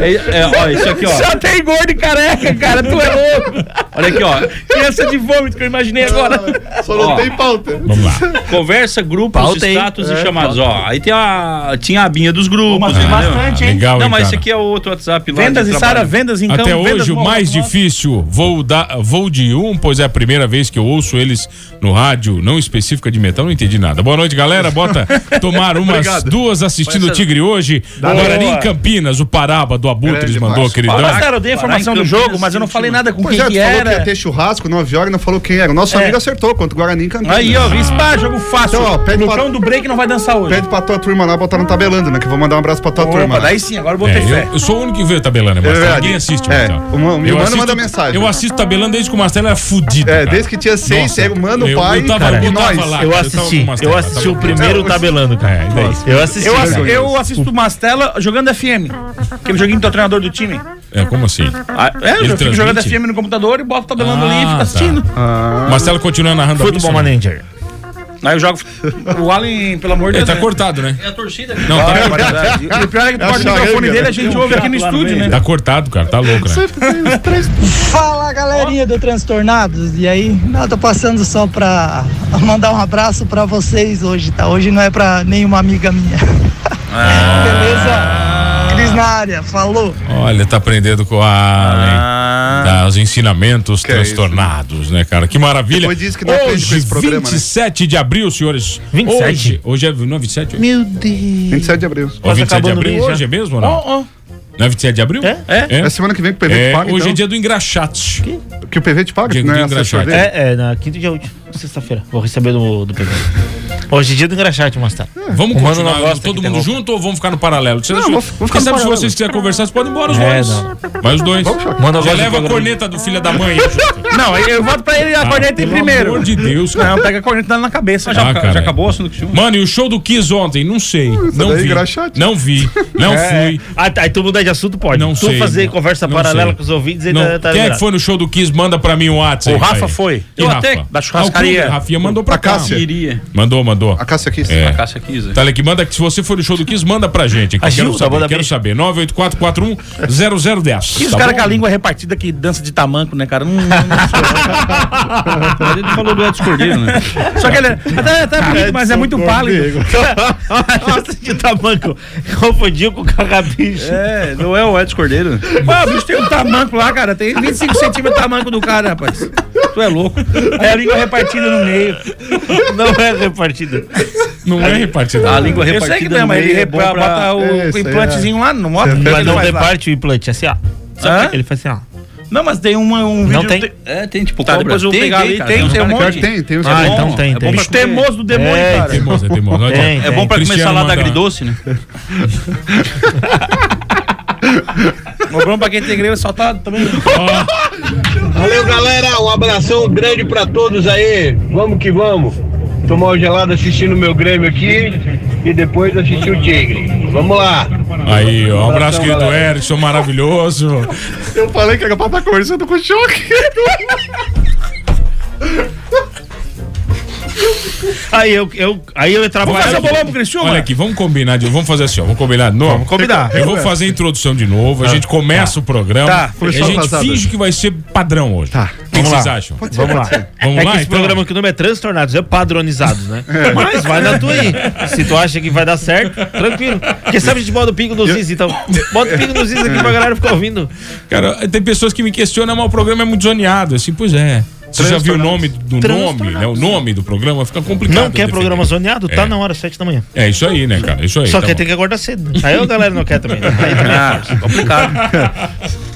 Speaker 7: É, é, ó, isso aqui, ó.
Speaker 12: Só tem gordo e careca, cara. Tu é louco.
Speaker 7: Olha aqui, ó.
Speaker 12: Criança de vômito que eu imaginei agora.
Speaker 8: é.
Speaker 3: Só
Speaker 7: não Ó. tem
Speaker 3: pauta.
Speaker 6: Vamos lá.
Speaker 7: Conversa, grupos,
Speaker 12: Pauta, hein?
Speaker 7: status
Speaker 12: É,
Speaker 7: e chamados.
Speaker 12: pauta.
Speaker 7: Ó, aí tem a, tinha a abinha dos grupos.
Speaker 12: Mas tem
Speaker 7: entendeu?
Speaker 12: bastante, hein?
Speaker 6: Ah, Legal,
Speaker 7: Não,
Speaker 6: hein,
Speaker 7: mas esse
Speaker 6: cara?
Speaker 7: aqui é o outro WhatsApp lá.
Speaker 8: Vendas
Speaker 7: de
Speaker 8: e
Speaker 7: trabalho.
Speaker 8: Sara, vendas então.
Speaker 6: Até
Speaker 8: vendas
Speaker 6: hoje, o
Speaker 8: no-
Speaker 6: mais
Speaker 8: no-
Speaker 6: difícil, vou, da, vou de um, pois é a primeira vez que eu ouço eles no rádio, não específica de metal, não entendi nada. Boa noite, galera. Bota tomar umas
Speaker 3: Obrigado.
Speaker 6: duas assistindo o
Speaker 7: Essa-
Speaker 6: Tigre hoje.
Speaker 3: Dá
Speaker 6: Guarani
Speaker 8: boa.
Speaker 6: em Campinas, o Paraba do Abutres
Speaker 3: Grande,
Speaker 6: mandou,
Speaker 3: Márcio.
Speaker 6: queridão. É,
Speaker 8: Mas, cara, eu dei a
Speaker 7: Parar
Speaker 8: informação
Speaker 7: em
Speaker 8: do
Speaker 7: Campinas,
Speaker 8: jogo, mas eu não falei nada com
Speaker 3: Pois
Speaker 8: quem
Speaker 3: é, tu
Speaker 8: que
Speaker 3: falou que ia
Speaker 8: era. É.
Speaker 3: ter churrasco, 9 horas, não falou quem era. Nosso amigo acertou contra o Guarani em Campinas.
Speaker 8: Aí, ó, Spa, jogo fácil.
Speaker 3: Então, ó, pede
Speaker 8: Lucão
Speaker 3: pra-
Speaker 8: do break não vai dançar hoje.
Speaker 3: Pede pra tua turma lá botar no tabelando, né? Que eu vou mandar um abraço pra tua turma.
Speaker 8: Opa,
Speaker 3: lá.
Speaker 8: daí sim, agora eu botei
Speaker 6: É,
Speaker 8: fé.
Speaker 6: eu, eu sou o único que vê o Tabelando, é
Speaker 3: É
Speaker 6: Marcelo.
Speaker 3: verdade.
Speaker 6: Ninguém assiste
Speaker 3: É,
Speaker 6: Marcelo.
Speaker 3: o ma- o
Speaker 6: Eu
Speaker 3: humano manda mensagem.
Speaker 6: Eu assisto Tabelando desde que o Marcelo era fudido.
Speaker 3: É,
Speaker 6: cara.
Speaker 3: desde que tinha seis,
Speaker 6: Nossa,
Speaker 3: era humano,
Speaker 6: eu-
Speaker 3: pai,
Speaker 6: eu tava,
Speaker 3: cara,
Speaker 6: eu
Speaker 3: e
Speaker 6: tava
Speaker 3: nós.
Speaker 6: lá.
Speaker 10: Eu
Speaker 6: tava com
Speaker 10: assisti.
Speaker 6: o Marcelo,
Speaker 10: Eu
Speaker 6: tava
Speaker 10: assisti
Speaker 6: com
Speaker 10: o primeiro
Speaker 3: Marcelo.
Speaker 10: tabelando, cara.
Speaker 6: É, e daí?
Speaker 10: Eu assisti.
Speaker 8: Eu, ass-
Speaker 10: cara.
Speaker 8: eu assisto o Mastella jogando FM. Aquele joguinho do teu treinador do time.
Speaker 6: É, como assim?
Speaker 8: Ah, É, eu
Speaker 6: Ele
Speaker 8: fico jogando
Speaker 6: transmite?
Speaker 8: FM no computador e boto o tabelando
Speaker 6: Ah,
Speaker 8: ali e fico
Speaker 6: tá.
Speaker 8: assistindo.
Speaker 6: O Marcelo continua narrando a missa,
Speaker 10: Futebol
Speaker 6: né?
Speaker 10: Manager.
Speaker 8: Aí eu jogo. O Allen, pelo amor de
Speaker 6: Ele
Speaker 8: Deus.
Speaker 6: tá
Speaker 8: né?
Speaker 6: cortado, né?
Speaker 7: É a torcida.
Speaker 6: Não, tá,
Speaker 8: É verdade. E o pior é que
Speaker 3: É a
Speaker 8: o microfone
Speaker 3: charanga.
Speaker 8: dele a gente ouve aqui no estúdio, né?
Speaker 6: tá cortado, cara. Tá louco, né?
Speaker 12: Fala galerinha do Transtornados, e aí? Não, eu tô passando só pra mandar um abraço pra vocês hoje, tá? Hoje não é pra nenhuma amiga minha. Beleza? Cris na área, falou.
Speaker 6: Olha, tá aprendendo com a Allen. Tá, os ensinamentos
Speaker 3: Ah. é
Speaker 6: transtornados, né, cara? Que maravilha.
Speaker 3: Depois disso que não aprende com
Speaker 6: hoje,
Speaker 3: esse programa, né?
Speaker 6: 27 de abril, senhores.
Speaker 10: 27?
Speaker 6: Hoje, hoje é não é 27? Hoje?
Speaker 10: Meu Deus.
Speaker 3: 27 de abril.
Speaker 6: Ó, 27 de
Speaker 10: acabando
Speaker 6: abril
Speaker 10: o mês
Speaker 6: hoje
Speaker 10: já.
Speaker 6: é mesmo ou não? Não é 27 de abril?
Speaker 10: É?
Speaker 6: É,
Speaker 3: É semana que vem que o PV
Speaker 6: É,
Speaker 3: te paga,
Speaker 6: hoje é
Speaker 3: então.
Speaker 6: dia do engraxate.
Speaker 3: Que o PV te paga,
Speaker 6: Dia-
Speaker 3: né?
Speaker 6: dia
Speaker 3: essa
Speaker 6: engraxate.
Speaker 3: sorteio.
Speaker 10: É, é, na quinta e dia última. Sexta-feira. Vou receber do, do PV. Hoje é dia do engraxate, Mastar.
Speaker 6: Hum. Vamos
Speaker 10: O mano
Speaker 6: continuar
Speaker 10: não gosta
Speaker 6: todo
Speaker 10: que
Speaker 6: mundo
Speaker 10: interrompa.
Speaker 6: junto ou vamos ficar no paralelo? Vocês
Speaker 3: Não,
Speaker 6: acham-
Speaker 3: vou- vou ficar no
Speaker 6: Quem sabe se
Speaker 3: paralelo.
Speaker 6: vocês quiserem conversar, vocês podem ir embora os
Speaker 10: É,
Speaker 6: dois.
Speaker 10: não.
Speaker 6: Mas os dois.
Speaker 10: Mano, eu
Speaker 6: Já
Speaker 10: gosto
Speaker 6: leva
Speaker 10: do
Speaker 6: a corneta do filho da mãe.
Speaker 8: Não, aí eu voto pra ele a corneta em
Speaker 6: pelo
Speaker 8: primeiro.
Speaker 6: amor de Deus, cara.
Speaker 8: Não, pega a corneta e dá na cabeça.
Speaker 6: Ah,
Speaker 8: Já,
Speaker 6: cara.
Speaker 8: já acabou o assunto que tinha?
Speaker 6: Mano, e o show do Kiss ontem? Não sei. Não
Speaker 3: daí é
Speaker 6: vi.
Speaker 3: engraxate.
Speaker 6: Não vi. Não fui.
Speaker 10: Ah, tá, Aí tu mudar de assunto, pode.
Speaker 6: Não
Speaker 10: tu
Speaker 6: sei,
Speaker 10: fazer
Speaker 6: não-
Speaker 10: conversa
Speaker 6: não
Speaker 10: paralela
Speaker 6: sei.
Speaker 10: com os ouvintes, ainda
Speaker 6: Não.
Speaker 10: tá
Speaker 6: Quem é que
Speaker 10: liberado.
Speaker 6: foi no show do Kiss? Manda pra mim o WhatsApp.
Speaker 8: O
Speaker 6: aí,
Speaker 8: Rafa
Speaker 6: pai.
Speaker 8: foi.
Speaker 6: E
Speaker 7: Eu
Speaker 6: Rafa?
Speaker 7: até-
Speaker 8: da
Speaker 6: Ah, o
Speaker 8: churrascaria.
Speaker 6: Clube, Rafinha mandou pra
Speaker 3: A
Speaker 6: cá.
Speaker 3: Cássia.
Speaker 7: Iria.
Speaker 6: Mandou, mandou.
Speaker 3: A Cássia aqui.
Speaker 6: É.
Speaker 7: Caça 15.
Speaker 6: Tá, Leque, manda que se você for no show do Kiss, manda pra gente. Que eu
Speaker 10: A Gil,
Speaker 6: quero
Speaker 10: da
Speaker 6: saber,
Speaker 10: banda
Speaker 6: quero
Speaker 10: B.
Speaker 6: saber. 98441-0010.
Speaker 8: E os
Speaker 6: tá
Speaker 8: caras
Speaker 6: bom?
Speaker 8: com a língua é repartida que dança de tamanco, né, cara? Não, não,
Speaker 7: Mas ele falou do Edson Cordeiro, né?
Speaker 8: não. Só que ele é até, até bonito, mas é muito pálido.
Speaker 10: Nossa, Tá de tamanco. Confundiu com o cagabicho.
Speaker 7: É, não é o Edson Cordeiro.
Speaker 8: Pô, o bicho tem um tamanco lá, cara. Tem 25 centímetros de tamanco do cara, rapaz. Tu é louco. Aí a língua repartida no meio.
Speaker 10: Não é repartido.
Speaker 6: Não é repartido.
Speaker 7: A língua
Speaker 8: Eu sei que
Speaker 7: repartida
Speaker 8: não é,
Speaker 7: no
Speaker 8: mas ele
Speaker 7: meio é bom
Speaker 8: repa- bota
Speaker 7: pra...
Speaker 8: o,
Speaker 3: É, isso
Speaker 8: o
Speaker 3: aí
Speaker 8: implantezinho lá no moto.
Speaker 10: Mas não reparte o implante, assim, ó.
Speaker 8: Hã?
Speaker 10: Ele faz assim, ó.
Speaker 8: Não, mas tem uma, um vídeo.
Speaker 10: Não tem?
Speaker 7: É, tem tipo
Speaker 8: Tá,
Speaker 7: cobra.
Speaker 8: depois eu vou
Speaker 7: Tem,
Speaker 8: pegar ali.
Speaker 7: cara,
Speaker 8: Tem,
Speaker 7: uns
Speaker 8: tem um
Speaker 7: caras
Speaker 8: monte.
Speaker 7: que-
Speaker 3: Tem, tem. os-
Speaker 10: Ah,
Speaker 7: É bom,
Speaker 10: então tem,
Speaker 7: é bom
Speaker 10: tem.
Speaker 7: pra
Speaker 8: Bicho teimoso do demônio,
Speaker 10: É,
Speaker 8: cara.
Speaker 6: Teimoso, é teimoso. Olha,
Speaker 10: Tem,
Speaker 6: ó,
Speaker 7: É bom pra comer
Speaker 6: Cristiano
Speaker 7: salada
Speaker 6: manda-
Speaker 7: agridoce, né?
Speaker 8: O Bruno, pra quem tem greve, é soltado também. tá-
Speaker 13: Valeu, galera. Um abração grande pra todos aí. Vamos que vamos. Tomar uma gelada assistindo o meu Grêmio aqui e depois assistir o Tigre. Vamos lá.
Speaker 6: Aí, ó, um abraço,
Speaker 13: Abração,
Speaker 6: querido
Speaker 13: galera.
Speaker 6: Erickson, maravilhoso.
Speaker 3: Eu falei que era pra estar conversando com o choque.
Speaker 10: Aí eu, eu, aí eu trabalho.
Speaker 8: Fazer o bolão pro Cristiano.
Speaker 6: Olha aqui, vamos combinar, de, vamos fazer assim, ó, vamos combinar de novo. Vamos
Speaker 8: combinar.
Speaker 6: Eu vou fazer a introdução de novo, a gente começa o programa,
Speaker 8: Tá,
Speaker 6: e a
Speaker 3: só
Speaker 6: gente
Speaker 3: vazada.
Speaker 6: finge que vai ser padrão hoje.
Speaker 3: Tá,
Speaker 6: O que que vocês acham?
Speaker 10: Vamos lá.
Speaker 6: Vamos
Speaker 10: é
Speaker 6: lá,
Speaker 10: que esse
Speaker 6: então?
Speaker 10: programa que o nome é Transtornados, é padronizado, né? Mas vai na tua aí. Se tu acha que vai dar certo, tranquilo. Porque sabe a gente bota o pingo nos is, então. Bota o pingo nos is aqui pra galera ficar ouvindo.
Speaker 6: Cara, tem pessoas que me questionam, mas o programa é muito zoneado, assim, pois é. Você já viu o nome do nome, né? O nome do programa fica complicado.
Speaker 10: Não quer
Speaker 6: de
Speaker 10: programa
Speaker 6: defender.
Speaker 10: zoneado?
Speaker 6: É.
Speaker 10: Tá na hora, sete da manhã.
Speaker 6: É isso aí, né, cara? Isso aí. tá
Speaker 10: Só que
Speaker 6: bom.
Speaker 8: Ah,
Speaker 10: tem que acordar cedo. Aí a galera não quer também. Né? Aí também é fácil.
Speaker 7: complicado.
Speaker 10: né?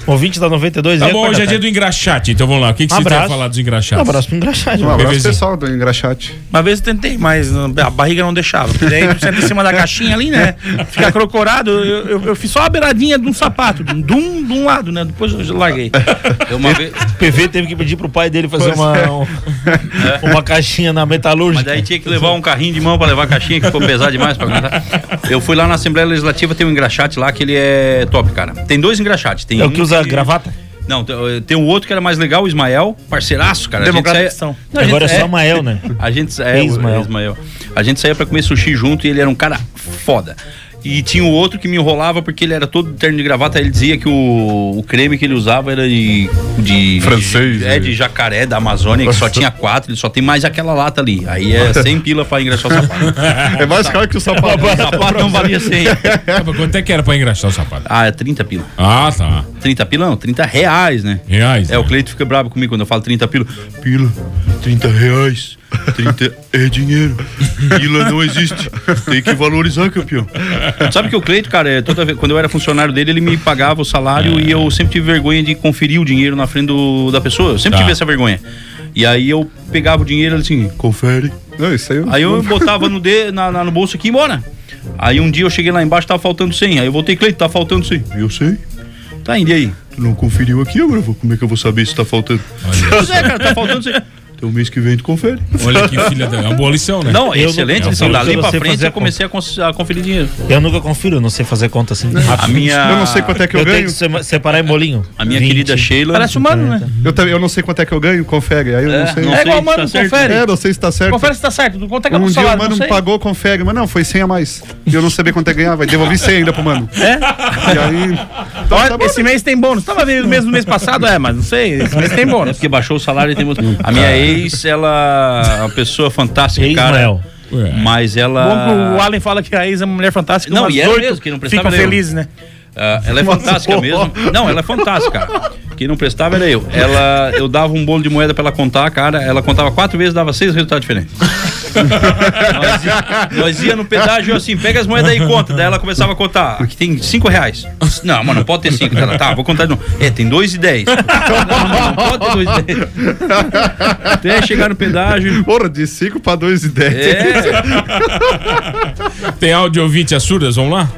Speaker 10: Ouvinte da 92.
Speaker 6: Tá
Speaker 10: e
Speaker 6: bom,
Speaker 10: acorda
Speaker 6: hoje é dia
Speaker 10: tarde.
Speaker 6: do engraxate, então vamos lá. O que, que você tem a
Speaker 10: Abraço.
Speaker 6: falar dos engraxates?
Speaker 10: Um abraço pro engraxate.
Speaker 3: Um abraço pessoal do Engraxate.
Speaker 8: Uma vez eu tentei, mas a barriga não deixava. Porque Daí tu senta em cima da caixinha ali, né? Fica crocorado. Eu, eu, eu fiz só a beiradinha de um sapato, de um, de um- de um lado, né? Depois eu larguei.
Speaker 10: O PV teve que pedir pro pai dele fazer
Speaker 8: Pois
Speaker 10: uma,
Speaker 8: é.
Speaker 10: um- uma caixinha na metalúrgica.
Speaker 7: Mas daí tinha que levar um carrinho de mão pra levar a caixinha, que ficou pesado demais pra aguentar. Eu fui lá na Assembleia Legislativa, tem um engraxate lá que ele é top, cara. Tem dois engraxates. Tem
Speaker 10: É o
Speaker 7: um
Speaker 10: que usa gravata?
Speaker 7: Não, tem- eh, tem o outro que era mais legal, o Ismael, parceiraço, cara. A gente
Speaker 10: Democrata
Speaker 7: saía-
Speaker 10: cristão.
Speaker 7: Não, a gente
Speaker 10: Agora é só
Speaker 7: saía-
Speaker 10: Amael, né?
Speaker 7: A gente saía- é, o-
Speaker 10: Ismael.
Speaker 7: é Ismael. A gente saía pra comer sushi junto e ele era um cara foda. E tinha o outro que me enrolava porque ele era todo de terno de gravata. Ele dizia que o, o creme que ele usava era de. de Francês.
Speaker 3: né?
Speaker 7: é, de jacaré da Amazônia, que só tinha quatro, ele só tem mais aquela lata ali. Aí é 100 pila pra engraxar o sapato.
Speaker 3: É mais caro que o sapato.
Speaker 7: O sapato não valia 100.
Speaker 6: Quanto é que era pra engraxar o sapato?
Speaker 7: Ah, é 30 pila.
Speaker 6: Ah, tá.
Speaker 7: 30 pila não, 30 reais, né?
Speaker 6: Reais.
Speaker 7: É, o Cleito fica bravo comigo quando eu falo 30 pila. Pila, 30 reais.
Speaker 9: 30 é dinheiro. Pila não existe. Tem que valorizar, campeão.
Speaker 7: Sabe que o Cleito, cara, é, toda vez, quando eu era funcionário dele, ele me pagava o
Speaker 9: É.
Speaker 7: salário e eu sempre tive vergonha de conferir o dinheiro na frente do- da pessoa. Eu sempre
Speaker 9: Tá.
Speaker 7: tive essa vergonha. E aí eu pegava o dinheiro ele assim, confere.
Speaker 3: Não, isso aí,
Speaker 7: Aí eu botava no, de, na, na- no bolso aqui e ia embora. Aí um dia eu cheguei lá embaixo, tava faltando 100. Aí eu voltei, Cleito, tá faltando 100.
Speaker 9: Eu sei.
Speaker 7: Tá, e aí?
Speaker 9: Tu não conferiu aqui, agora eu vou- como é que eu vou saber se tá faltando?
Speaker 7: Pois é, cara, tá faltando 100.
Speaker 9: Então mês que vem tu confere.
Speaker 6: Olha que filha da. É uma boa lição, né?
Speaker 7: Não,
Speaker 10: Eu
Speaker 7: excelente
Speaker 10: não-
Speaker 7: lição.
Speaker 10: eu
Speaker 7: Dali
Speaker 10: não
Speaker 7: pra
Speaker 10: sei
Speaker 7: frente
Speaker 10: fazer
Speaker 7: eu comecei a, cons- a conferir dinheiro.
Speaker 10: Eu nunca confiro, eu não sei fazer conta assim. Ah,
Speaker 7: A minha- Eu não sei quanto é que eu
Speaker 10: tenho
Speaker 7: ganho.
Speaker 10: sema- separar em bolinho.
Speaker 7: A minha querida Sheila.
Speaker 8: Parece humano, né?
Speaker 3: Eu, também, eu não sei quanto é que eu ganho, confere. Aí eu
Speaker 7: É,
Speaker 3: não sei.
Speaker 7: não
Speaker 8: É igual, sei se mano, tá certo. confere.
Speaker 3: É, não sei se tá certo.
Speaker 8: Confere se tá certo. Quanto é que é o
Speaker 3: Um dia o
Speaker 8: salário? Não
Speaker 3: mano me
Speaker 8: sei.
Speaker 3: pagou, confere. Mas não, foi 100 a mais. E eu não sabia quanto é que ganhava. Devolvi 100 ainda pro mano.
Speaker 8: É?
Speaker 3: E aí. então, tá
Speaker 8: Olha, esse mês tem bônus. Tava vendo mesmo no mês passado, é, mas não sei. Esse mês tem
Speaker 7: É
Speaker 8: bônus.
Speaker 7: porque baixou o salário e tem muito. A minha ex, ela é uma pessoa fantástica, cara.
Speaker 8: Ismael.
Speaker 7: Mas
Speaker 8: Bom que o
Speaker 7: ela.
Speaker 8: Allen fala que a ex é uma mulher fantástica.
Speaker 7: Não,
Speaker 8: umas
Speaker 7: e era
Speaker 8: oito
Speaker 7: mesmo, que não prestava
Speaker 8: Ficam
Speaker 7: nenhum.
Speaker 8: felizes, né?
Speaker 7: ah, ela é
Speaker 8: Nossa,
Speaker 7: fantástica
Speaker 8: pô.
Speaker 7: mesmo. Não, ela é fantástica. Quem não prestava era eu. Ela, eu dava um bolo de moeda pra ela contar, cara. Ela contava quatro vezes, dava seis resultados diferentes. nós, ia, nós ia no pedágio eu assim, pega as moedas aí e conta. Daí ela começava a contar. Aqui tem cinco reais. Não, mano, não pode ter cinco. Ela, tá, vou contar de novo. É, tem dois e dez. Não, não, não pode ter dois e dez. Até chegar no pedágio. É.
Speaker 3: Porra, de 5 pra 2 e 10.
Speaker 6: Tem áudio ouvinte às surdas, vamos lá?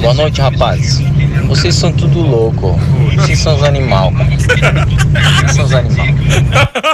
Speaker 14: Boa noite, rapaz. Vocês são tudo louco. Vocês são os animal. Vocês são os animal.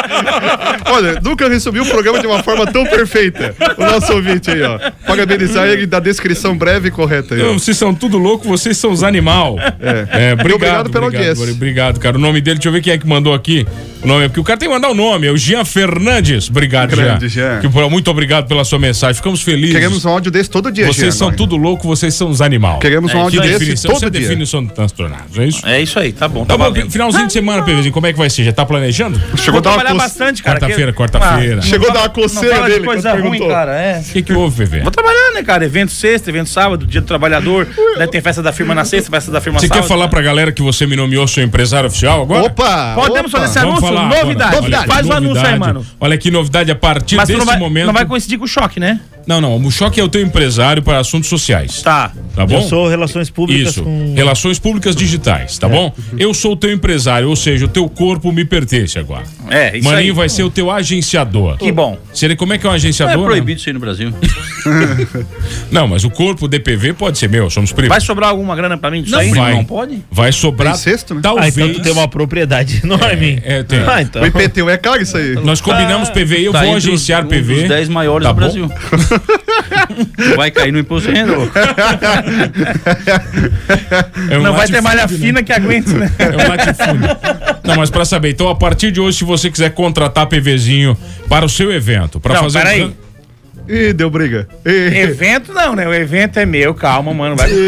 Speaker 3: Olha, nunca recebi um programa de uma forma tão perfeita. O nosso ouvinte aí, ó. Parabenizar ele da descrição breve e correta aí. ó.
Speaker 6: Não, Vocês são tudo louco, vocês são os animal. É, obrigado,
Speaker 3: Obrigado pela audiência.
Speaker 6: Bori, Obrigado, cara. O nome dele, deixa eu ver quem é que mandou aqui. O nome é porque o cara tem que mandar o nome, é o Jean Fernandes. Obrigado,
Speaker 3: Grande,
Speaker 6: Jean.
Speaker 3: Jean.
Speaker 6: Que, pô, muito obrigado pela sua mensagem. Ficamos felizes.
Speaker 3: Queremos um áudio desse todo dia,
Speaker 6: Vocês
Speaker 3: Jean,
Speaker 6: são
Speaker 3: agora.
Speaker 6: tudo louco, vocês são os animal.
Speaker 3: Queremos um
Speaker 6: que
Speaker 3: áudio desse
Speaker 6: definição,
Speaker 3: todo
Speaker 6: essa
Speaker 3: dia.
Speaker 6: definição dos transtornados, é isso?
Speaker 7: É isso aí, tá bom.
Speaker 6: Tá bom, finalzinho de semana, Pedrinho, como é que vai ser? Já tá planejando?
Speaker 3: Chegou a dar uma trabalhar coce-
Speaker 8: bastante, cara,
Speaker 6: Quarta-feira,
Speaker 8: que-
Speaker 6: quarta-feira.
Speaker 8: Ah, Chegou a dar uma coceira Não fala de dele coisa quando ruim, perguntou. cara, é.
Speaker 6: O que que houve, Vivê?
Speaker 8: Vou trabalhar, né, cara? Evento sexta, evento sábado, dia do trabalhador. Daí tem festa da firma na sexta, festa da firma
Speaker 6: Você
Speaker 8: sábado.
Speaker 6: quer falar pra galera que você me nomeou seu empresário oficial agora?
Speaker 3: Opa!
Speaker 8: Podemos fazer esse anúncio? Tá Novidade. Faz o anúncio aí, mano.
Speaker 6: Olha que novidade a partir
Speaker 8: Mas tu
Speaker 6: desse
Speaker 8: não vai,
Speaker 6: momento.
Speaker 8: não vai coincidir com o choque, né?
Speaker 6: Não, não. O Choque é o teu empresário para assuntos sociais.
Speaker 8: Tá.
Speaker 6: Tá bom?
Speaker 10: Eu sou relações públicas
Speaker 6: Isso.
Speaker 10: com...
Speaker 6: Relações públicas digitais, tá bom? Eu sou o teu empresário, ou seja, o teu corpo me pertence agora.
Speaker 7: É, isso
Speaker 6: Maninho
Speaker 7: aí.
Speaker 6: vai ser o teu agenciador.
Speaker 7: Que bom.
Speaker 6: Seria como é que é um agenciador?
Speaker 7: É
Speaker 6: né?
Speaker 7: proibido isso aí no Brasil.
Speaker 6: Não, mas o corpo DPV pode ser meu, somos primos.
Speaker 8: Vai sobrar
Speaker 7: um
Speaker 8: alguma grana pra mim disso aí?
Speaker 6: vai.
Speaker 8: Não pode?
Speaker 6: Vai sobrar. Talvez.
Speaker 10: Ah, então tu tem uma propriedade enorme.
Speaker 6: É, é, tem.
Speaker 10: Ah, então.
Speaker 3: O IPTU é caro isso aí.
Speaker 6: Nós combinamos PV, eu
Speaker 7: Tá
Speaker 6: vou
Speaker 7: entre os-
Speaker 6: agenciar
Speaker 7: um
Speaker 6: PV.
Speaker 7: dos 10 maiores
Speaker 6: tá
Speaker 7: do
Speaker 6: bom?
Speaker 7: Brasil. vai cair no imposto de renda. ô.
Speaker 6: É um
Speaker 8: não vai ter
Speaker 6: latifúndio,
Speaker 8: malha
Speaker 6: né?
Speaker 8: fina que aguente, né?
Speaker 6: É um latifúndio. Não, mas pra saber, então a partir de hoje, se você quiser contratar PVzinho para o seu evento, pra
Speaker 8: Não,
Speaker 6: fazer. um
Speaker 8: peraí.
Speaker 6: can-
Speaker 3: Ih, deu briga. Ih,
Speaker 8: Evento não, né? O evento é meu, calma, mano, vai com
Speaker 3: Ih,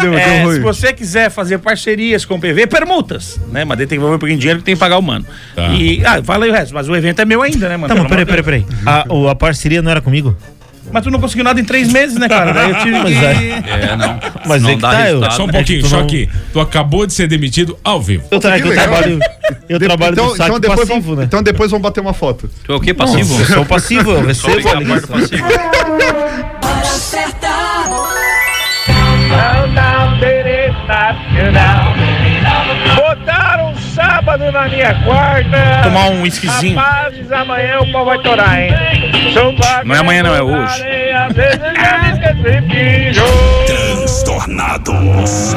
Speaker 3: deu-
Speaker 8: calma. É,
Speaker 3: deu ruim.
Speaker 8: se você quiser fazer parcerias com o PV, permutas, né? Mas daí tem que envolver um pouquinho de dinheiro que tem que pagar o mano. E, ah, fala aí o resto, mas o evento é meu ainda, né, mano?
Speaker 10: Tá, mas
Speaker 8: Pelo
Speaker 10: peraí,
Speaker 8: amor de
Speaker 10: peraí, peraí. A, o- a parceria não era comigo?
Speaker 8: Deus. Mas tu não conseguiu nada em três meses, né, cara? Daí eu tive
Speaker 10: Mas é.
Speaker 8: que...
Speaker 7: É, não.
Speaker 10: Mas
Speaker 7: não
Speaker 10: é que
Speaker 7: dá
Speaker 10: tá, eu-
Speaker 7: resultado. né?
Speaker 6: Só um
Speaker 10: É
Speaker 6: pouquinho,
Speaker 10: que tu
Speaker 6: só
Speaker 10: não-
Speaker 6: que tu acabou de ser demitido ao vivo.
Speaker 10: Eu, tra-
Speaker 3: Que
Speaker 10: eu
Speaker 3: legal.
Speaker 10: trabalho, eu trabalho
Speaker 3: então,
Speaker 10: no saque
Speaker 3: então depois
Speaker 10: passivo,
Speaker 3: vamos,
Speaker 10: né?
Speaker 3: então depois vamos bater uma foto.
Speaker 7: Tu é o quê? Passivo?
Speaker 10: Não, eu sou passivo, eu
Speaker 7: Só
Speaker 10: recebo.
Speaker 7: ligar a parte do
Speaker 8: assim.
Speaker 7: passivo.
Speaker 15: Nacional. tudo na minha quarta.
Speaker 8: Tomar um whiskyzinho.
Speaker 15: Rapazes, amanhã o pau vai torar, hein? São
Speaker 8: Não é amanhã, não, é hoje.
Speaker 15: Transtornados.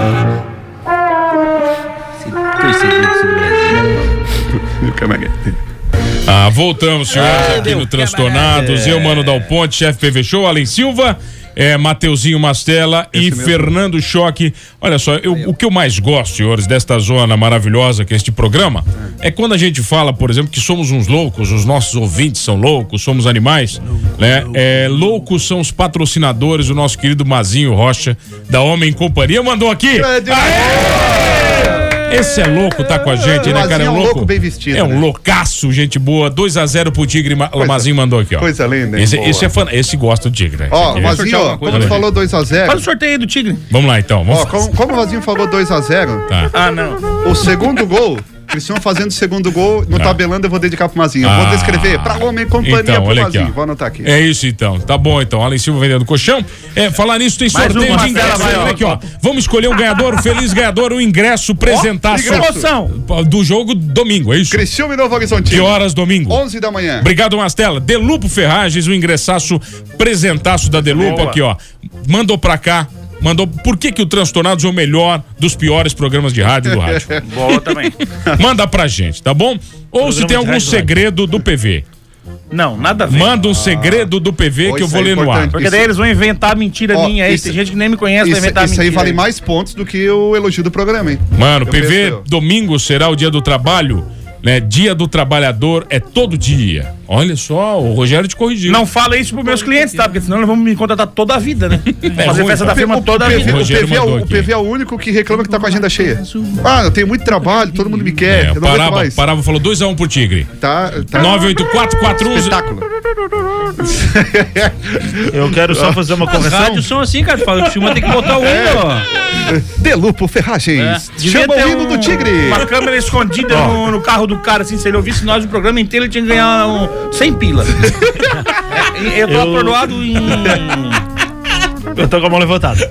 Speaker 6: Ah, voltamos, senhores, aqui no Transtornados. Eu, Mano Dal Ponte, chefe PV Show, Alan Silva, é, Mateuzinho Mastella e Fernando Choque. Olha só, eu- o que eu mais gosto, senhores, desta zona maravilhosa que é este programa, é quando a gente fala, por exemplo, que somos uns loucos, os nossos ouvintes são loucos, somos animais, né? É, loucos são os patrocinadores, o nosso querido Mazinho Rocha, da Homem Companhia, mandou aqui. Esse é louco, tá com a gente, né, cara?
Speaker 3: Mazinho
Speaker 6: É
Speaker 3: é
Speaker 6: um
Speaker 3: um
Speaker 6: louco.
Speaker 3: louco bem vestido,
Speaker 6: É um
Speaker 3: né?
Speaker 6: loucaço, gente boa. 2x0 pro Tigre, Ma- o Mazinho mandou aqui, ó.
Speaker 3: coisa linda, hein?
Speaker 6: Esse,
Speaker 3: Boa.
Speaker 6: esse é fã, esse gosta do Tigre. né? Esse
Speaker 3: Ó, o
Speaker 6: aqui é-
Speaker 3: Vazinho, ó, como tu falou 2x0.
Speaker 6: Faz o
Speaker 3: sorteio do Tigre.
Speaker 6: Vamos lá, então. Vamos
Speaker 3: Ó, como, como o Vazinho falou 2x0.
Speaker 6: Tá.
Speaker 3: Ah, não. O segundo gol, Cristiano fazendo o segundo gol, no tabelando eu vou dedicar pro Mazinho. Eu
Speaker 6: Tá. Ah.
Speaker 3: vou descrever pra homem e companhia
Speaker 6: Então,
Speaker 3: pro
Speaker 6: olha aqui,
Speaker 3: Vazinho.
Speaker 6: ó.
Speaker 3: Vou anotar aqui.
Speaker 6: É isso então, tá bom então. Alan Silva vendendo colchão. É, falar nisso, tem
Speaker 3: Mais
Speaker 6: sorteio
Speaker 3: uma,
Speaker 6: de ingresso.
Speaker 3: Marcela, vai,
Speaker 6: Olha
Speaker 3: ó.
Speaker 6: aqui, ó. Vamos escolher um ganhador, um feliz ganhador, um ingresso, presentaço.
Speaker 3: que promoção.
Speaker 6: Do jogo domingo, é isso?
Speaker 3: Criciúma e Novo Horizontino.
Speaker 6: Que horas domingo?
Speaker 3: 11 da manhã.
Speaker 6: Obrigado, Mastela. Delupo Ferragens, o ingressaço, presentaço da Delupo
Speaker 3: Boa.
Speaker 6: aqui, ó. Mandou pra cá. Mandou. Por que, que o Transtornados é o melhor dos piores programas de rádio do rádio?
Speaker 8: Boa também.
Speaker 6: Manda pra gente, tá bom? Ou
Speaker 8: Programa
Speaker 6: se tem
Speaker 8: de
Speaker 6: algum
Speaker 8: rádio Ah. do
Speaker 6: segredo do PV.
Speaker 8: Não, nada a ver.
Speaker 6: Manda um segredo do PV
Speaker 3: é,
Speaker 6: que eu vou ler no ar.
Speaker 8: Porque daí eles vão inventar mentira
Speaker 3: Ó,
Speaker 8: minha aí.
Speaker 3: isso-
Speaker 8: Tem gente que nem me conhece, vai
Speaker 3: Isso,
Speaker 8: inventar
Speaker 3: isso
Speaker 8: mentira.
Speaker 3: aí vale mais pontos do que o elogio do programa, hein?
Speaker 6: Mano,
Speaker 3: Eu
Speaker 6: PV,
Speaker 3: penso eu.
Speaker 6: domingo será o dia do trabalho, né? Dia do trabalhador é todo dia. Olha só, o Rogério te corrigiu.
Speaker 8: Não fala isso pros meus clientes, tá? Porque senão eles vão me contratar toda a vida, né?
Speaker 6: É
Speaker 8: Fazer
Speaker 6: ruim,
Speaker 8: festa da
Speaker 6: cara.
Speaker 8: firma
Speaker 6: O
Speaker 8: toda a
Speaker 6: PV
Speaker 8: vida.
Speaker 3: O PV, é o,
Speaker 6: mandou
Speaker 3: o
Speaker 6: aqui.
Speaker 3: PV é o único que reclama que tá com a agenda cheia. Ah, eu tenho muito trabalho, todo mundo me quer.
Speaker 6: É,
Speaker 3: eu não aguento
Speaker 6: Parava,
Speaker 3: mais.
Speaker 6: Parava falou 2x1 pro Tigre.
Speaker 3: Tá, tá.
Speaker 6: 98441.
Speaker 3: Espetáculo.
Speaker 10: Eu quero só fazer uma
Speaker 7: As
Speaker 10: correção.
Speaker 7: rádios são assim, cara. Fala, costuma ter que botar o
Speaker 10: É.
Speaker 7: hino, ó.
Speaker 3: Delupo Ferragens.
Speaker 8: É. Devia
Speaker 3: Chama
Speaker 8: ter um-
Speaker 3: o hino do Tigre.
Speaker 8: Uma câmera escondida
Speaker 3: Ó.
Speaker 8: no, no carro do cara, assim, se ele ouvisse nós o programa inteiro, ele tinha que ganhar um, 100 pila. eu tô atordoado em.
Speaker 10: Eu tô com a mão levantada.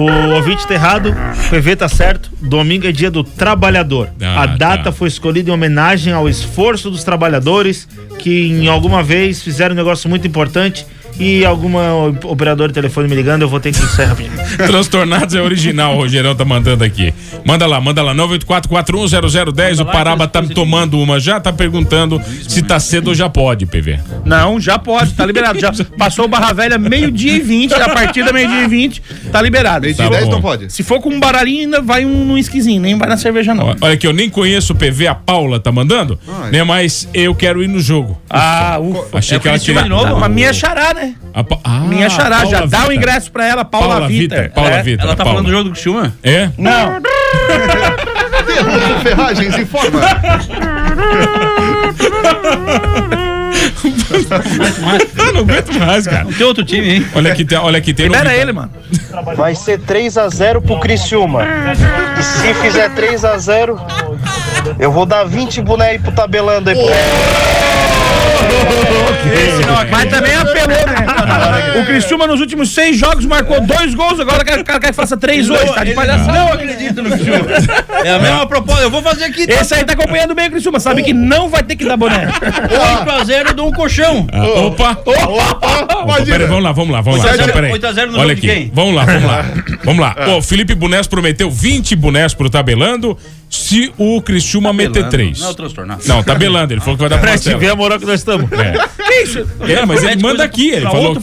Speaker 10: O ouvinte tá errado, o PV tá certo. Domingo é dia do trabalhador.
Speaker 6: Ah,
Speaker 10: a data
Speaker 6: tá.
Speaker 10: foi escolhida em homenagem ao esforço dos trabalhadores que em alguma vez fizeram um negócio muito importante e alguma o- operadora de telefone me ligando, eu vou ter que encerrar rapidinho.
Speaker 6: Transtornados é original, o Rogerão tá mandando aqui. Manda lá, manda lá, 984410010. O Paraba tá tomando uma já, tá perguntando se tá cedo ou já pode, PV.
Speaker 8: Não, já pode, tá liberado. Já passou o Barra Velha meio-dia e 20, a partir da meio-dia e 20, tá liberado.
Speaker 6: Meio-dia e Tá 10 bom. não pode.
Speaker 8: Se for com um baralhinho, ainda vai um, um esquisinho, nem vai na cerveja, não.
Speaker 6: Olha aqui, eu nem conheço o PV, a Paula tá mandando, né? Mas eu quero ir no jogo.
Speaker 8: Ah, ufa.
Speaker 6: Achei
Speaker 8: É
Speaker 6: que ela
Speaker 8: Curitiba
Speaker 6: tinha.
Speaker 8: de novo, mas minha é xará, né?
Speaker 6: A Pa- Ah,
Speaker 8: minha xará, já
Speaker 6: Paula
Speaker 8: dá o
Speaker 6: Vitor.
Speaker 8: ingresso pra ela, Paula, É,
Speaker 6: Paula
Speaker 8: Vitor.
Speaker 6: Vitor, Paula Vitor,
Speaker 7: Ela tá
Speaker 6: Paula.
Speaker 7: falando do jogo do Costuma?
Speaker 6: É?
Speaker 8: Não.
Speaker 3: Delupo Ferragens informa.
Speaker 6: Eu não aguento mais, cara.
Speaker 7: Tem outro time, hein?
Speaker 6: Olha aqui, tem- olha aqui, tem.
Speaker 7: Libera
Speaker 6: novidade.
Speaker 7: ele, mano.
Speaker 16: Vai ser 3x0 pro Criciúma. E se fizer 3x0, eu vou dar 20 boné aí pro tabelando aí.
Speaker 6: É.
Speaker 8: Mas também apelou, né? O Criciúma nos últimos seis jogos marcou dois gols, agora o cara quer que faça três hoje, tá de palhaçada.
Speaker 7: Não acredito no Criciúma. É a mesma proposta. Eu vou fazer aqui.
Speaker 8: Esse aí tá acompanhando bem o Criciúma, sabe que não vai ter que dar boné.
Speaker 7: 8x0 do colchão.
Speaker 6: Ah, opa! Opa, peraí, vamos lá, vamos lá, vamos lá.
Speaker 7: 8 a 0,
Speaker 6: Não, peraí.
Speaker 7: 8 a 0 no
Speaker 6: Olha
Speaker 7: jogo de
Speaker 6: aqui.
Speaker 7: quem?
Speaker 6: Vamos lá, vamos lá. Vamos lá. Ó, Felipe Bunés prometeu 20 bonés pro tabelando se o Criciúma meter 3.
Speaker 7: Não, transtornado.
Speaker 6: Não, tabelando, ele falou que vai dar pra
Speaker 10: Pra te
Speaker 6: Marcelo.
Speaker 10: ver a moral que nós estamos.
Speaker 6: É.
Speaker 8: Que isso?
Speaker 6: É, mas ele manda aqui, ele falou que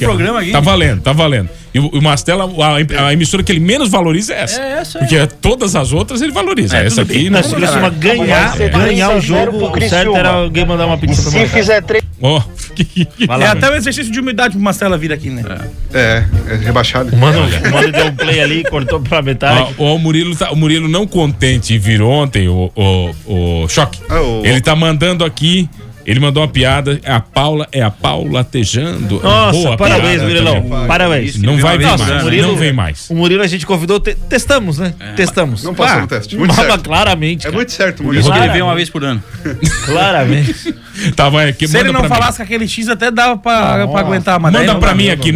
Speaker 6: tá valendo, tá valendo. E o, o Mastella, a, a emissora que ele menos valoriza é essa.
Speaker 16: É, essa aí.
Speaker 6: Porque todas as outras ele valoriza. essa
Speaker 10: tudo bem. Tá,
Speaker 6: aqui, né?
Speaker 10: Mas se o Criciúma ganhar,
Speaker 6: um
Speaker 10: ganhar o jogo, o certo era alguém mandar uma pizza pra
Speaker 16: Se
Speaker 10: mim.
Speaker 16: fizer 3
Speaker 6: Ó,
Speaker 10: Vai lá,
Speaker 8: É
Speaker 10: mano.
Speaker 8: até um exercício de humildade pro Marcela vir aqui, né?
Speaker 3: É, é rebaixado.
Speaker 10: Mano, mano deu um play ali e cortou pra metade.
Speaker 6: Ó, ó, o, Murilo tá- o Murilo não contente e virou ontem o, o, o choque. Ele tá mandando aqui. Ele mandou uma piada. A Paula é a Paula tejando. É
Speaker 10: Nossa, parabéns,
Speaker 6: piada
Speaker 10: Murilão.
Speaker 6: também.
Speaker 10: Parabéns.
Speaker 6: Não vai vir
Speaker 10: Nossa,
Speaker 6: mais.
Speaker 10: o Murilo-
Speaker 6: Não vem mais. É.
Speaker 10: O Murilo a gente convidou, te- testamos, né? Testamos.
Speaker 3: Não passou no teste. Muito
Speaker 10: Mas
Speaker 3: certo.
Speaker 10: claramente.
Speaker 3: É muito certo,
Speaker 7: Isso que ele
Speaker 10: Claramente.
Speaker 7: vem uma vez por ano.
Speaker 10: Claramente.
Speaker 6: Tava aqui,
Speaker 8: Se ele
Speaker 6: manda
Speaker 8: não
Speaker 6: pra mim.
Speaker 8: falasse com aquele X, até dava pra, pra aguentar, mas daí
Speaker 6: Manda
Speaker 8: não
Speaker 6: pra
Speaker 8: dá. É,
Speaker 6: mim aqui,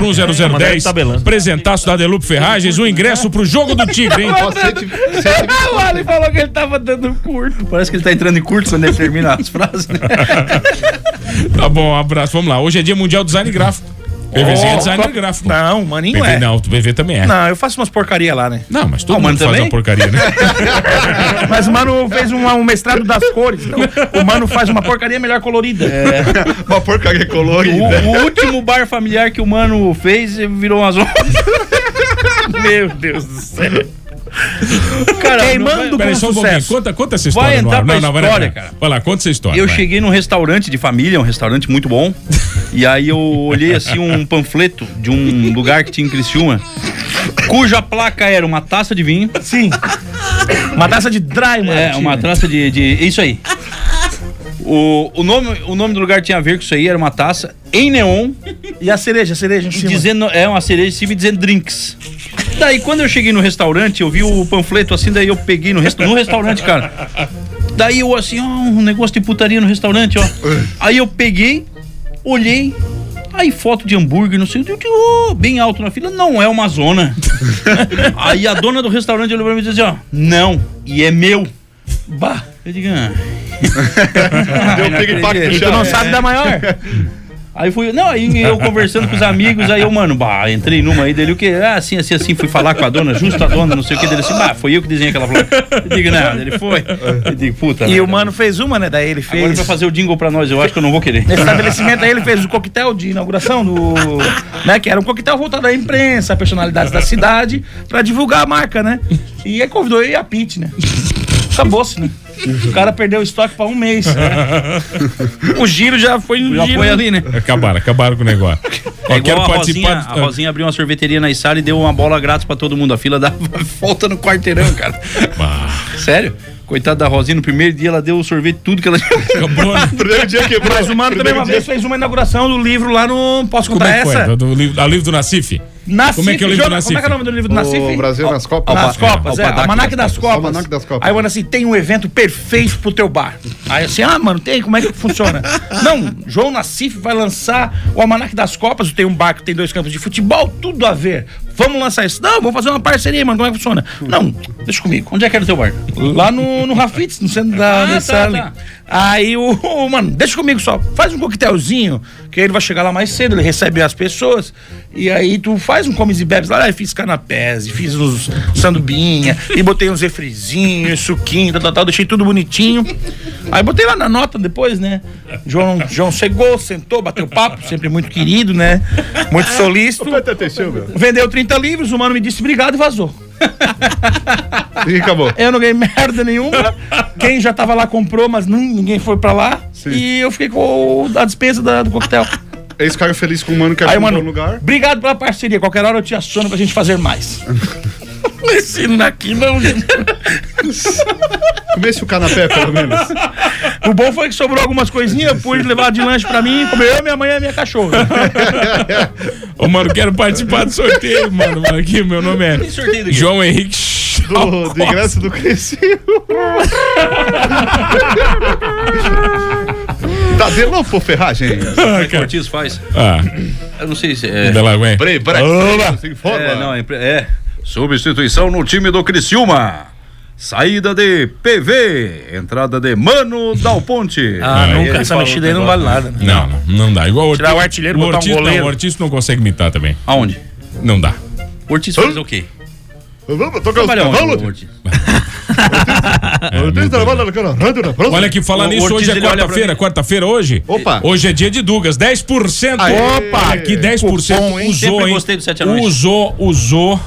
Speaker 6: 984-410010. Apresentaço da Adelupe Ferragens, o ingresso pro jogo do Tigre, hein?
Speaker 8: o Ali falou que ele tava dando curto.
Speaker 7: Parece que ele tá entrando em curto quando ele termina as frases, né?
Speaker 6: Tá bom, um abraço. Vamos lá. Hoje é dia mundial do design gráfico. PVzinho é design
Speaker 8: top.
Speaker 6: gráfico.
Speaker 8: Não, maninho
Speaker 6: PV
Speaker 8: é.
Speaker 6: não, o PV também é.
Speaker 8: Não, eu faço umas porcaria lá, né?
Speaker 6: Não, mas todo
Speaker 8: Ah, o
Speaker 6: mundo
Speaker 8: mano
Speaker 6: faz
Speaker 8: também?
Speaker 6: uma porcaria, né?
Speaker 8: Mas o mano fez uma- um mestrado das cores. Então, o mano faz uma porcaria melhor colorida.
Speaker 3: uma porcaria né? colorida.
Speaker 7: O, o último bar familiar que o mano fez virou uma zona.
Speaker 8: Meu Deus do céu. Cara,
Speaker 6: Peraí,
Speaker 8: Queimando com
Speaker 6: peraí, só um pouquinho.
Speaker 8: sucesso.
Speaker 6: Conta, conta essa história.
Speaker 7: Vai
Speaker 6: no ar.
Speaker 7: entrar pra
Speaker 6: vai
Speaker 7: história,
Speaker 6: entrar.
Speaker 7: cara.
Speaker 6: Vai lá, conta essa história.
Speaker 7: Eu
Speaker 6: vai.
Speaker 7: cheguei num restaurante de família, um restaurante muito bom. e aí eu olhei assim um panfleto de um lugar que tinha em Criciúma, cuja placa era uma taça de vinho.
Speaker 8: Sim. Uma taça de dry, mano.
Speaker 7: É, uma taça de. de isso aí. O, o, nome, o nome do lugar tinha a ver com isso aí, era uma taça em neon.
Speaker 8: E a cereja, a cereja em
Speaker 7: cima. Dizendo, é, uma cereja em cima e dizendo drinks. Daí, quando eu cheguei no restaurante, eu vi o panfleto assim, daí eu peguei no, resta- no restaurante, cara. Daí eu assim, ó, um negócio de putaria no restaurante, ó. Aí eu peguei, olhei, aí foto de hambúrguer, não sei, o que, ô, bem alto na fila, não é uma zona. aí a dona do restaurante olhou pra mim e disse, assim, ó, não, e é meu. Bah, eu digo, ah.
Speaker 3: um
Speaker 8: Deu
Speaker 7: não
Speaker 8: pig
Speaker 7: acredito.
Speaker 8: pack no
Speaker 7: E
Speaker 8: chão.
Speaker 7: tu não sabe da maior. Aí fui, não, aí eu conversando com os amigos, aí eu, mano, bah, entrei numa aí dele, o que? Ah, assim, assim, assim, fui falar com a dona, justo a dona, não sei o que, dele assim, bah, foi eu que desenhei aquela placa. Eu digo, não, ele foi. Eu digo, puta.
Speaker 8: E
Speaker 7: merda.
Speaker 8: o mano fez uma, né? Daí ele fez.
Speaker 7: Agora pra fazer o jingle pra nós, eu acho que eu não vou querer.
Speaker 8: Nesse estabelecimento aí ele fez o coquetel de inauguração do. né, que era um coquetel voltado à imprensa, a personalidades da cidade, pra divulgar a marca, né? E aí convidou eu e a Pete, né? Acabou-se, né? O cara perdeu o estoque pra um mês. né? O giro já foi um
Speaker 7: Já
Speaker 8: giro.
Speaker 7: foi ali, né?
Speaker 6: Acabaram, acabaram com o negócio.
Speaker 7: É
Speaker 6: Ó, quero
Speaker 7: igual a Rosinha,
Speaker 6: participar.
Speaker 7: a Rosinha abriu uma sorveteria na Isara e deu uma bola grátis pra todo mundo. A fila dava volta no quarteirão, cara.
Speaker 6: Ah,
Speaker 7: Sério? Coitada da Rosinha, no primeiro dia ela deu o sorvete tudo que ela tinha.
Speaker 6: Acabou, né?
Speaker 8: Primeiro dia quebrou. Mas o mano também
Speaker 7: Primeiro
Speaker 8: uma
Speaker 7: dia.
Speaker 8: vez fez uma inauguração do livro lá no. Posso
Speaker 6: Como
Speaker 7: Tá
Speaker 8: contar
Speaker 6: é que foi?
Speaker 8: essa?
Speaker 6: Do, do livro, a livro do Nacif?
Speaker 8: Nascif,
Speaker 6: Como é que é o livro do
Speaker 8: joga-
Speaker 6: Nacif?
Speaker 8: Como é que é o nome do livro do Nacif?
Speaker 3: O Brasil nas Copas.
Speaker 8: Nas Copas, é. Almanac das Copas.
Speaker 3: Almanac das Copas.
Speaker 8: Aí, mano, assim, tem um evento perfeito pro teu bar. Aí, assim, ah, mano, tem, como é que funciona? Não, João Nassif vai lançar o Almanac das Copas, tem um bar que tem dois campos de futebol, tudo a ver. Vamos lançar isso. Não, vou fazer uma parceria, mano, como é que funciona? Não, deixa comigo. Onde é que era o teu bar? Lá no, no Rafitz, no centro da...
Speaker 7: Ah,
Speaker 8: da
Speaker 7: tá,
Speaker 8: sala.
Speaker 7: tá.
Speaker 8: Aí o, o mano, deixa comigo só, faz um coquetelzinho, que ele vai chegar lá mais cedo, ele recebe as pessoas, e aí tu faz um comes e bebes lá, e fiz canapés, e fiz uns sandubinha, e botei uns refrizinhos, suquinho, tal, tal, tal, deixei tudo bonitinho. Aí botei lá na nota depois, né? João, João chegou, sentou, bateu papo, sempre muito querido, né? Muito solícito. Vendeu 30 livros, o mano me disse obrigado e vazou.
Speaker 3: E acabou.
Speaker 8: Eu não ganhei merda nenhuma. Quem já tava lá comprou, mas nin- ninguém foi pra lá. E eu fiquei com o- a despesa da- do coquetel.
Speaker 10: Tá
Speaker 3: Eles ficaram felizes com o mano que
Speaker 8: Aí,
Speaker 3: achou um
Speaker 8: mano,
Speaker 3: bom lugar.
Speaker 8: obrigado pela parceria. Qualquer hora eu te aciono pra gente fazer mais. Esse daqui não.
Speaker 3: Comece o canapé, pelo menos.
Speaker 8: O bom foi que sobrou algumas coisinhas, eu pude levar de lanche pra mim, comer eu, minha mãe e minha cachorra.
Speaker 6: Ô, mano, quero participar do sorteio, mano. mano aqui, meu nome é
Speaker 8: sorteio do quê?
Speaker 6: João Henrique
Speaker 3: Do, do ingresso do Criciúma. Tá de novo, por ferragem.
Speaker 7: Como é que o Ortiz faz?
Speaker 6: Ah,
Speaker 7: Eu não sei se é.
Speaker 6: Delaware.
Speaker 7: Peraí, peraí.
Speaker 6: Oba!
Speaker 7: peraí, se informa. É, não, é, pre- é. Substituição no time do Criciúma. Saída de PV. Entrada de Mano Dal Ponte.
Speaker 8: Ah,
Speaker 6: Aí
Speaker 8: nunca.
Speaker 6: ele
Speaker 8: Essa
Speaker 6: falou
Speaker 8: mexida aí não
Speaker 6: outro
Speaker 8: vale nada. né?
Speaker 6: Não, não, não dá. Igual o
Speaker 8: Tirar o artilheiro,
Speaker 6: o
Speaker 8: botar um
Speaker 6: Ortiz,
Speaker 8: goleiro.
Speaker 6: Não, o Ortiz não consegue imitar também.
Speaker 7: Aonde?
Speaker 6: Não dá.
Speaker 7: O Ortiz faz o quê?
Speaker 3: Vamos
Speaker 7: Trabalha
Speaker 6: um
Speaker 7: onde, o Ortiz?
Speaker 6: Olha que falar
Speaker 7: O
Speaker 6: nisso,
Speaker 7: Ortiz,
Speaker 6: hoje é
Speaker 7: ele olha pra
Speaker 6: quarta-feira,
Speaker 7: mim.
Speaker 6: quarta-feira hoje.
Speaker 7: Opa.
Speaker 6: Hoje é dia de Dugas, 10%.
Speaker 7: Aê.
Speaker 6: Opa, aqui 10%
Speaker 7: Cupom, hein?
Speaker 6: usou,
Speaker 7: Sempre
Speaker 6: hein?
Speaker 7: gostei do sete anões.
Speaker 6: Usou, usou.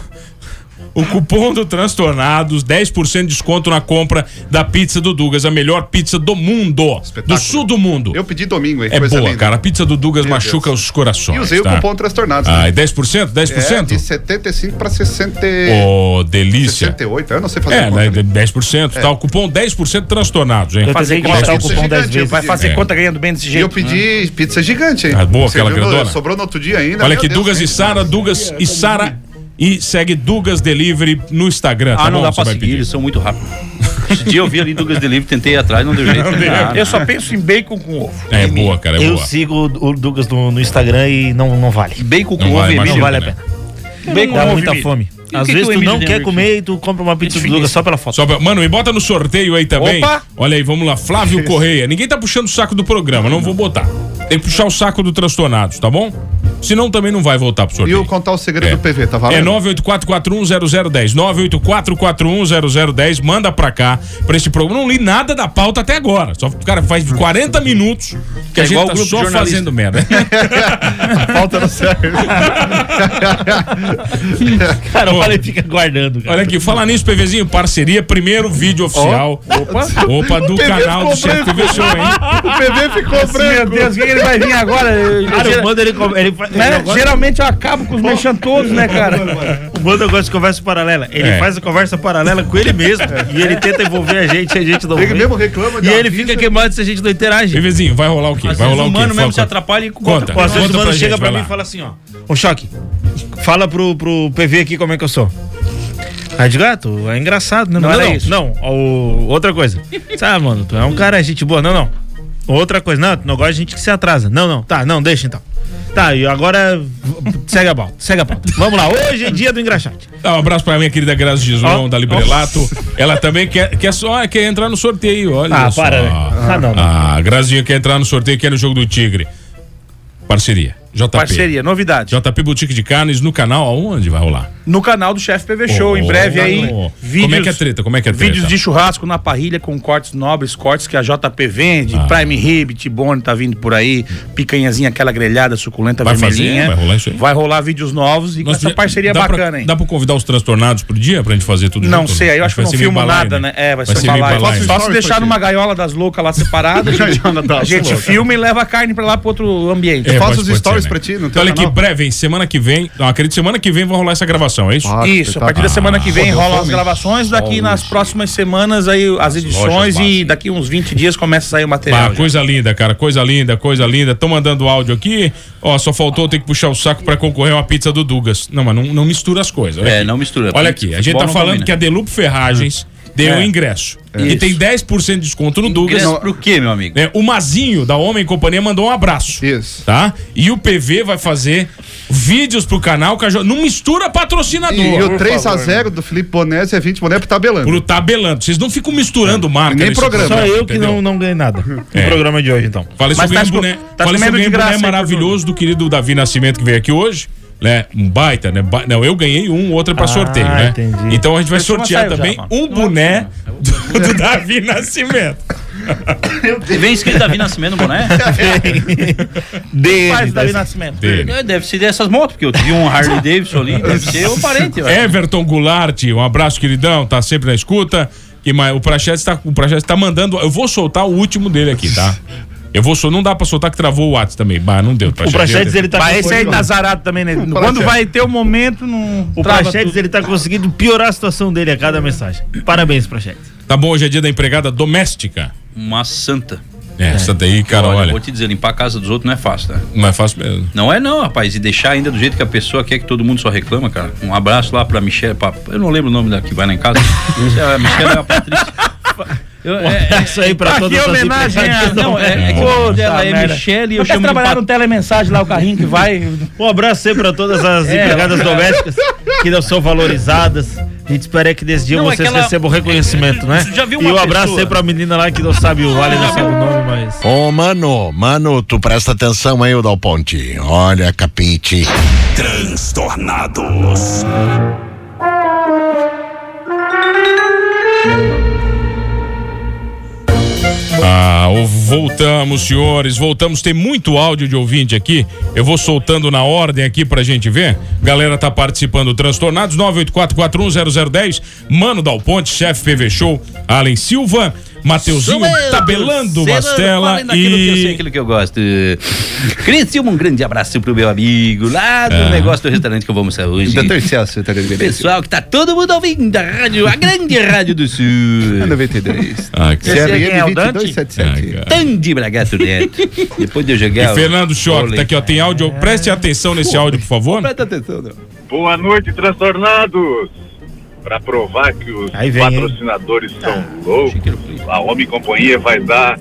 Speaker 6: O cupom do Transtornados, 10% de desconto na compra da pizza do Dugas, a melhor pizza do mundo, do sul do mundo.
Speaker 3: Eu pedi domingo, hein?
Speaker 6: É
Speaker 3: coisa
Speaker 6: boa,
Speaker 3: linda.
Speaker 6: cara. A pizza do Dugas
Speaker 3: Meu
Speaker 6: machuca os corações.
Speaker 3: E usei o
Speaker 6: tá?
Speaker 3: cupom transtornados. né?
Speaker 6: Ah, e 10%?
Speaker 3: É, de
Speaker 6: 10%?
Speaker 3: 75 pra 60.
Speaker 6: Ô, delícia.
Speaker 3: 68, eu não sei fazer
Speaker 6: É,
Speaker 3: conta,
Speaker 6: né,
Speaker 3: né?
Speaker 6: 10%,
Speaker 3: É.
Speaker 6: tá? O cupom 10% transtornados, hein?
Speaker 3: Eu tentei
Speaker 6: conta,
Speaker 3: colocar o cupom dez vezes.
Speaker 8: Vai fazer
Speaker 6: É.
Speaker 8: conta ganhando bem desse
Speaker 3: E
Speaker 8: jeito.
Speaker 3: eu pedi pizza gigante, hein?
Speaker 6: né? Ah, boa,
Speaker 3: Você
Speaker 6: aquela
Speaker 3: viu?
Speaker 6: grandona.
Speaker 3: Sobrou no outro dia ainda.
Speaker 6: Olha
Speaker 3: meu
Speaker 6: aqui,
Speaker 3: Deus,
Speaker 6: Dugas
Speaker 3: hein?
Speaker 6: e Sara, Dugas e Sara E segue Dugas Delivery no Instagram.
Speaker 7: Ah,
Speaker 6: tá
Speaker 7: não
Speaker 6: bom?
Speaker 7: dá
Speaker 6: Você
Speaker 7: pra
Speaker 6: vai
Speaker 7: seguir,
Speaker 6: pedir.
Speaker 7: eles são muito rápidos. Esse dia eu vi ali Douglas Delivery, tentei ir atrás, não deu jeito.
Speaker 6: Não deu.
Speaker 7: Ah,
Speaker 6: Eu
Speaker 8: só penso em bacon com ovo.
Speaker 6: É boa, cara, é
Speaker 10: eu
Speaker 6: boa.
Speaker 10: sigo o o Douglas no, no Instagram e não, não vale.
Speaker 7: Bacon
Speaker 6: Não vale mais
Speaker 10: não
Speaker 6: nada,
Speaker 10: vale a
Speaker 6: né?
Speaker 10: pena.
Speaker 6: Bacon
Speaker 10: Dá
Speaker 6: com ovo,
Speaker 10: muita
Speaker 6: Emílio.
Speaker 10: fome.
Speaker 6: E o
Speaker 10: Às
Speaker 6: que
Speaker 10: vezes
Speaker 6: que o
Speaker 10: tu
Speaker 6: Emílio
Speaker 10: não
Speaker 6: tem
Speaker 10: quer
Speaker 6: no
Speaker 10: comer e tu compra uma pizza do Douglas só pela foto.
Speaker 6: Só pra- Mano, e bota no sorteio aí também.
Speaker 10: Opa!
Speaker 6: Olha aí, vamos lá. Flávio Correia. Ninguém tá puxando o saco do programa, não vou botar. Tem que puxar o saco do transtornados, tá bom? Senão também não vai voltar pro
Speaker 3: E
Speaker 6: sorteio.
Speaker 3: o contar o segredo do PV, tá valendo?
Speaker 6: É 984410010. 984410010. Manda pra cá, pra esse programa. Não li nada da pauta até agora. Só, cara, faz 40 minutos que
Speaker 7: É
Speaker 6: a gente
Speaker 7: igual
Speaker 6: tá
Speaker 7: o grupo de
Speaker 6: só
Speaker 7: jornalista.
Speaker 6: fazendo merda.
Speaker 3: Falta no serve.
Speaker 10: Cara, olha, fica guardando.
Speaker 6: Olha aqui, falar nisso, PVzinho, parceria, primeiro vídeo oficial. opa. do
Speaker 10: O PV
Speaker 6: canal do
Speaker 10: ficou
Speaker 6: Chefe
Speaker 10: branco.
Speaker 6: TV Show, hein?
Speaker 3: O PV ficou
Speaker 8: branco. Meu Deus, o que, que ele vai vir agora? eh,
Speaker 10: Cara, eu mando ele com- ele fa-
Speaker 8: Né?
Speaker 10: ele agora-
Speaker 8: Geralmente eu acabo com os mexendo todos, né, cara?
Speaker 10: O Manda gosta de conversa paralela. Ele
Speaker 8: É.
Speaker 10: faz a conversa paralela com ele mesmo. E ele tenta envolver a gente, a gente não.
Speaker 6: Ele
Speaker 10: vê.
Speaker 6: mesmo reclama de
Speaker 10: E ele
Speaker 6: audiência.
Speaker 10: fica queimado se a gente não interage.
Speaker 6: PVzinho, vai rolar o quê?
Speaker 10: é
Speaker 6: vai
Speaker 7: um
Speaker 6: rolar o quê? Fala, conta. Conta.
Speaker 10: Às vezes o
Speaker 6: Conta
Speaker 10: mano
Speaker 6: gente,
Speaker 10: chega pra
Speaker 6: vai
Speaker 10: mim
Speaker 6: lá.
Speaker 10: e fala assim, ó. Ô, Choque, fala pro, pro PV aqui como é que eu sou. Aí de gato, é engraçado, né?
Speaker 8: Não
Speaker 10: Não,
Speaker 8: era
Speaker 10: não,
Speaker 8: isso.
Speaker 10: não, o- outra coisa. Sabe, mano, tu é um cara, gente boa. Não, não. Outra coisa, não, tu não gosta de gente que se atrasa. Não, não, tá, não, deixa então. Tá, e agora v- segue a pauta, segue a pauta. Vamos lá, hoje é dia do engraxate.
Speaker 6: Dá um abraço pra minha querida Grazi Gislon, da Librelato. Ela também quer, quer, só, ah, quer entrar no sorteio, olha
Speaker 10: Ah,
Speaker 6: só.
Speaker 10: para, né? Ah, não, não.
Speaker 6: Ah, a Grazinha quer entrar no sorteio, quer no Jogo do Tigre. Parceria. JP.
Speaker 8: Parceria, novidade.
Speaker 6: JP Boutique de Carnes no canal aonde vai rolar?
Speaker 8: No canal do Chefe PV Show, em breve
Speaker 6: Oh,
Speaker 8: aí.
Speaker 6: oh.
Speaker 8: Vídeos,
Speaker 6: Como é que é a treta? Como é que é a treta?
Speaker 8: Vídeos de churrasco na parrilha com cortes nobres, cortes que a JP vende,
Speaker 6: Ah.
Speaker 8: Prime Rib, Tibone tá vindo por aí, picanhazinha aquela grelhada suculenta
Speaker 6: Vai
Speaker 8: vermelhinha.
Speaker 6: fazer? Vai rolar isso aí?
Speaker 8: Vai rolar vídeos novos e com essa
Speaker 6: podia-
Speaker 8: parceria
Speaker 6: dá pra-
Speaker 8: bacana, hein?
Speaker 6: Dá pra convidar os transtornados por dia pra gente fazer tudo
Speaker 8: Não
Speaker 6: junto? né?
Speaker 8: sei, aí eu acho que eu não
Speaker 6: vai ser meio
Speaker 8: filmo
Speaker 6: balaio,
Speaker 8: nada, né? É, vai, ser,
Speaker 6: meio
Speaker 8: balaio.
Speaker 6: balaio.
Speaker 8: Só se deixar numa gaiola das loucas lá separada, a gente,
Speaker 3: Gaiola das
Speaker 8: a gente
Speaker 6: loucas.
Speaker 8: filma e leva a carne pra lá pro outro ambiente.
Speaker 6: É, pode- pode ser, né? Então, olha que breve, hein? Semana que vem. Não, acredito, semana que vem vai rolar essa gravação, é isso?
Speaker 8: Isso, a partir da semana que vem rolam as gravações, daqui nas próximas semanas aí as edições e daqui uns 20 dias começa a sair o
Speaker 6: Ah,
Speaker 8: material. já.
Speaker 6: coisa linda, cara, coisa linda, coisa linda. Tô mandando áudio aqui. Ó, só faltou ter que puxar o saco pra concorrer a uma pizza do Dugas. Não, mas não, não mistura as coisas. Olha
Speaker 7: É,
Speaker 6: aqui.
Speaker 7: não mistura.
Speaker 6: Olha aqui, a gente
Speaker 7: Futebol
Speaker 6: tá
Speaker 7: não
Speaker 6: falando
Speaker 7: combina.
Speaker 6: que a Delupo Ferragens deu
Speaker 7: É.
Speaker 6: ingresso.
Speaker 7: É.
Speaker 6: E
Speaker 7: Isso.
Speaker 6: tem 10% de desconto no Dugas.
Speaker 7: Ingresso pro quê, meu amigo?
Speaker 6: É, o Mazinho, da Homem e Companhia, mandou um abraço. Isso. Tá? E o PV vai fazer vídeos pro canal. que a jo- Não mistura patrocinador.
Speaker 3: E, e o
Speaker 6: por
Speaker 3: 3x0
Speaker 6: favor, né?
Speaker 3: do Felipe Bonese é 20 boné pro tabelando.
Speaker 6: Pro tabelando. Vocês não ficam misturando
Speaker 3: É.
Speaker 6: marca.
Speaker 3: Nem
Speaker 6: nesse
Speaker 3: programa.
Speaker 10: Só eu que
Speaker 6: entendeu?
Speaker 10: não, não ganhei nada
Speaker 6: É.
Speaker 10: no programa de hoje, então.
Speaker 6: Falei sobre o boné,
Speaker 10: tá
Speaker 6: falei sobre o boné maravilhoso do querido Davi Nascimento que veio aqui hoje. Né? Um baita, né? Ba- Não, eu ganhei um, outro é pra
Speaker 10: Ah,
Speaker 6: sorteio, né?
Speaker 10: entendi.
Speaker 6: Então a gente vai
Speaker 10: Esse uma
Speaker 6: sortear
Speaker 10: saiu já,
Speaker 6: também
Speaker 10: mano.
Speaker 6: um boné do, do Davi Nascimento.
Speaker 7: Vem escrito Davi Nascimento no boné?
Speaker 10: Dele,
Speaker 7: Faz Davi Nascimento. É, Deve ser dessas motos, porque eu vi um Harley Davidson ali, deve ser o parente,
Speaker 6: É.
Speaker 7: velho.
Speaker 6: Everton Goulart, um abraço, queridão, tá sempre na escuta. E ma- o Prachetes tá, o Prachetes tá mandando. Eu vou soltar o último dele aqui, tá? Eu vou sol- Não dá pra soltar que travou o WhatsApp também. Bah, não deu.
Speaker 10: O Prachetes, ele tá
Speaker 8: Mas esse aí tá zarado também, né? Quando vai ter o momento, não.
Speaker 10: O
Speaker 8: trava
Speaker 10: Prachetes,
Speaker 8: tudo.
Speaker 10: ele tá conseguindo piorar a situação dele a cada mensagem. Parabéns, Prachetes.
Speaker 6: Tá bom, hoje é dia da empregada doméstica.
Speaker 7: Uma santa.
Speaker 6: É, essa daí, cara,
Speaker 7: Olha,
Speaker 6: olha.
Speaker 7: vou te dizer, limpar a casa dos outros não é fácil, tá?
Speaker 6: Não é fácil mesmo.
Speaker 7: Não é não, rapaz. E deixar ainda do jeito que a pessoa quer que todo mundo só reclama, cara. Um abraço lá pra Michelle. Pra... Eu não lembro o nome da que vai lá em casa. a Michelle é a Patrícia. Eu,
Speaker 10: isso aí pra
Speaker 7: Aqui
Speaker 10: todas
Speaker 7: é
Speaker 10: as
Speaker 7: homenagem
Speaker 10: empregadas
Speaker 7: a-
Speaker 10: domésticas.
Speaker 7: não, é-
Speaker 6: Ah,
Speaker 7: é que o nome dela é Michele e eu
Speaker 8: Vocês
Speaker 7: chamo de
Speaker 8: trabalharam
Speaker 7: Pat-
Speaker 8: telemensagem lá, o carrinho que vai.
Speaker 10: Um abraço aí pra todas as
Speaker 8: É,
Speaker 10: empregadas
Speaker 8: é.
Speaker 10: domésticas que não são valorizadas. A gente espera que nesse dia
Speaker 7: Não, é
Speaker 10: vocês
Speaker 7: que ela-
Speaker 10: recebam o reconhecimento, né?
Speaker 7: Já viu
Speaker 10: e
Speaker 7: uma
Speaker 10: um abraço
Speaker 7: pessoa-
Speaker 10: aí pra menina lá que não sabe o vale, não sabe o nome, mas.
Speaker 17: Ô, mano, mano, tu presta atenção aí, o Dal Ponte. Olha, capite.
Speaker 18: Transtornados.
Speaker 6: Ah, o- voltamos, senhores, voltamos. Tem muito áudio de ouvinte aqui. Eu vou soltando na ordem aqui pra gente ver. Galera tá participando. Transtornados 984410010. Mano Dal Ponte, chefe PV Show. Allen Silva, Mateuzinho
Speaker 7: Sou eu,
Speaker 6: Tabelando,
Speaker 7: Sena,
Speaker 6: Mastela
Speaker 7: falem daquilo que eu sei,
Speaker 6: e.
Speaker 7: aquilo que eu gosto. Criciúma, um grande abraço pro meu amigo lá do
Speaker 6: Ah.
Speaker 7: negócio do restaurante que eu vou almoçar hoje. Pessoal que tá todo mundo ouvindo a rádio, a grande rádio do sul.
Speaker 3: 93.
Speaker 6: Ah,
Speaker 3: CRM 2277.
Speaker 7: Tem grande Bragato Neto. Depois de eu
Speaker 6: E
Speaker 7: jogar. É o
Speaker 6: Fernando Choque,
Speaker 7: vôlei.
Speaker 6: tá aqui, ó. Tem áudio. Preste atenção nesse áudio, por favor.
Speaker 7: Presta atenção, meu.
Speaker 18: Boa noite, transtornados! Para provar que os
Speaker 6: Aí vem, hein?
Speaker 10: Ah,
Speaker 18: patrocinadores são loucos, a Homem e Companhia vai dar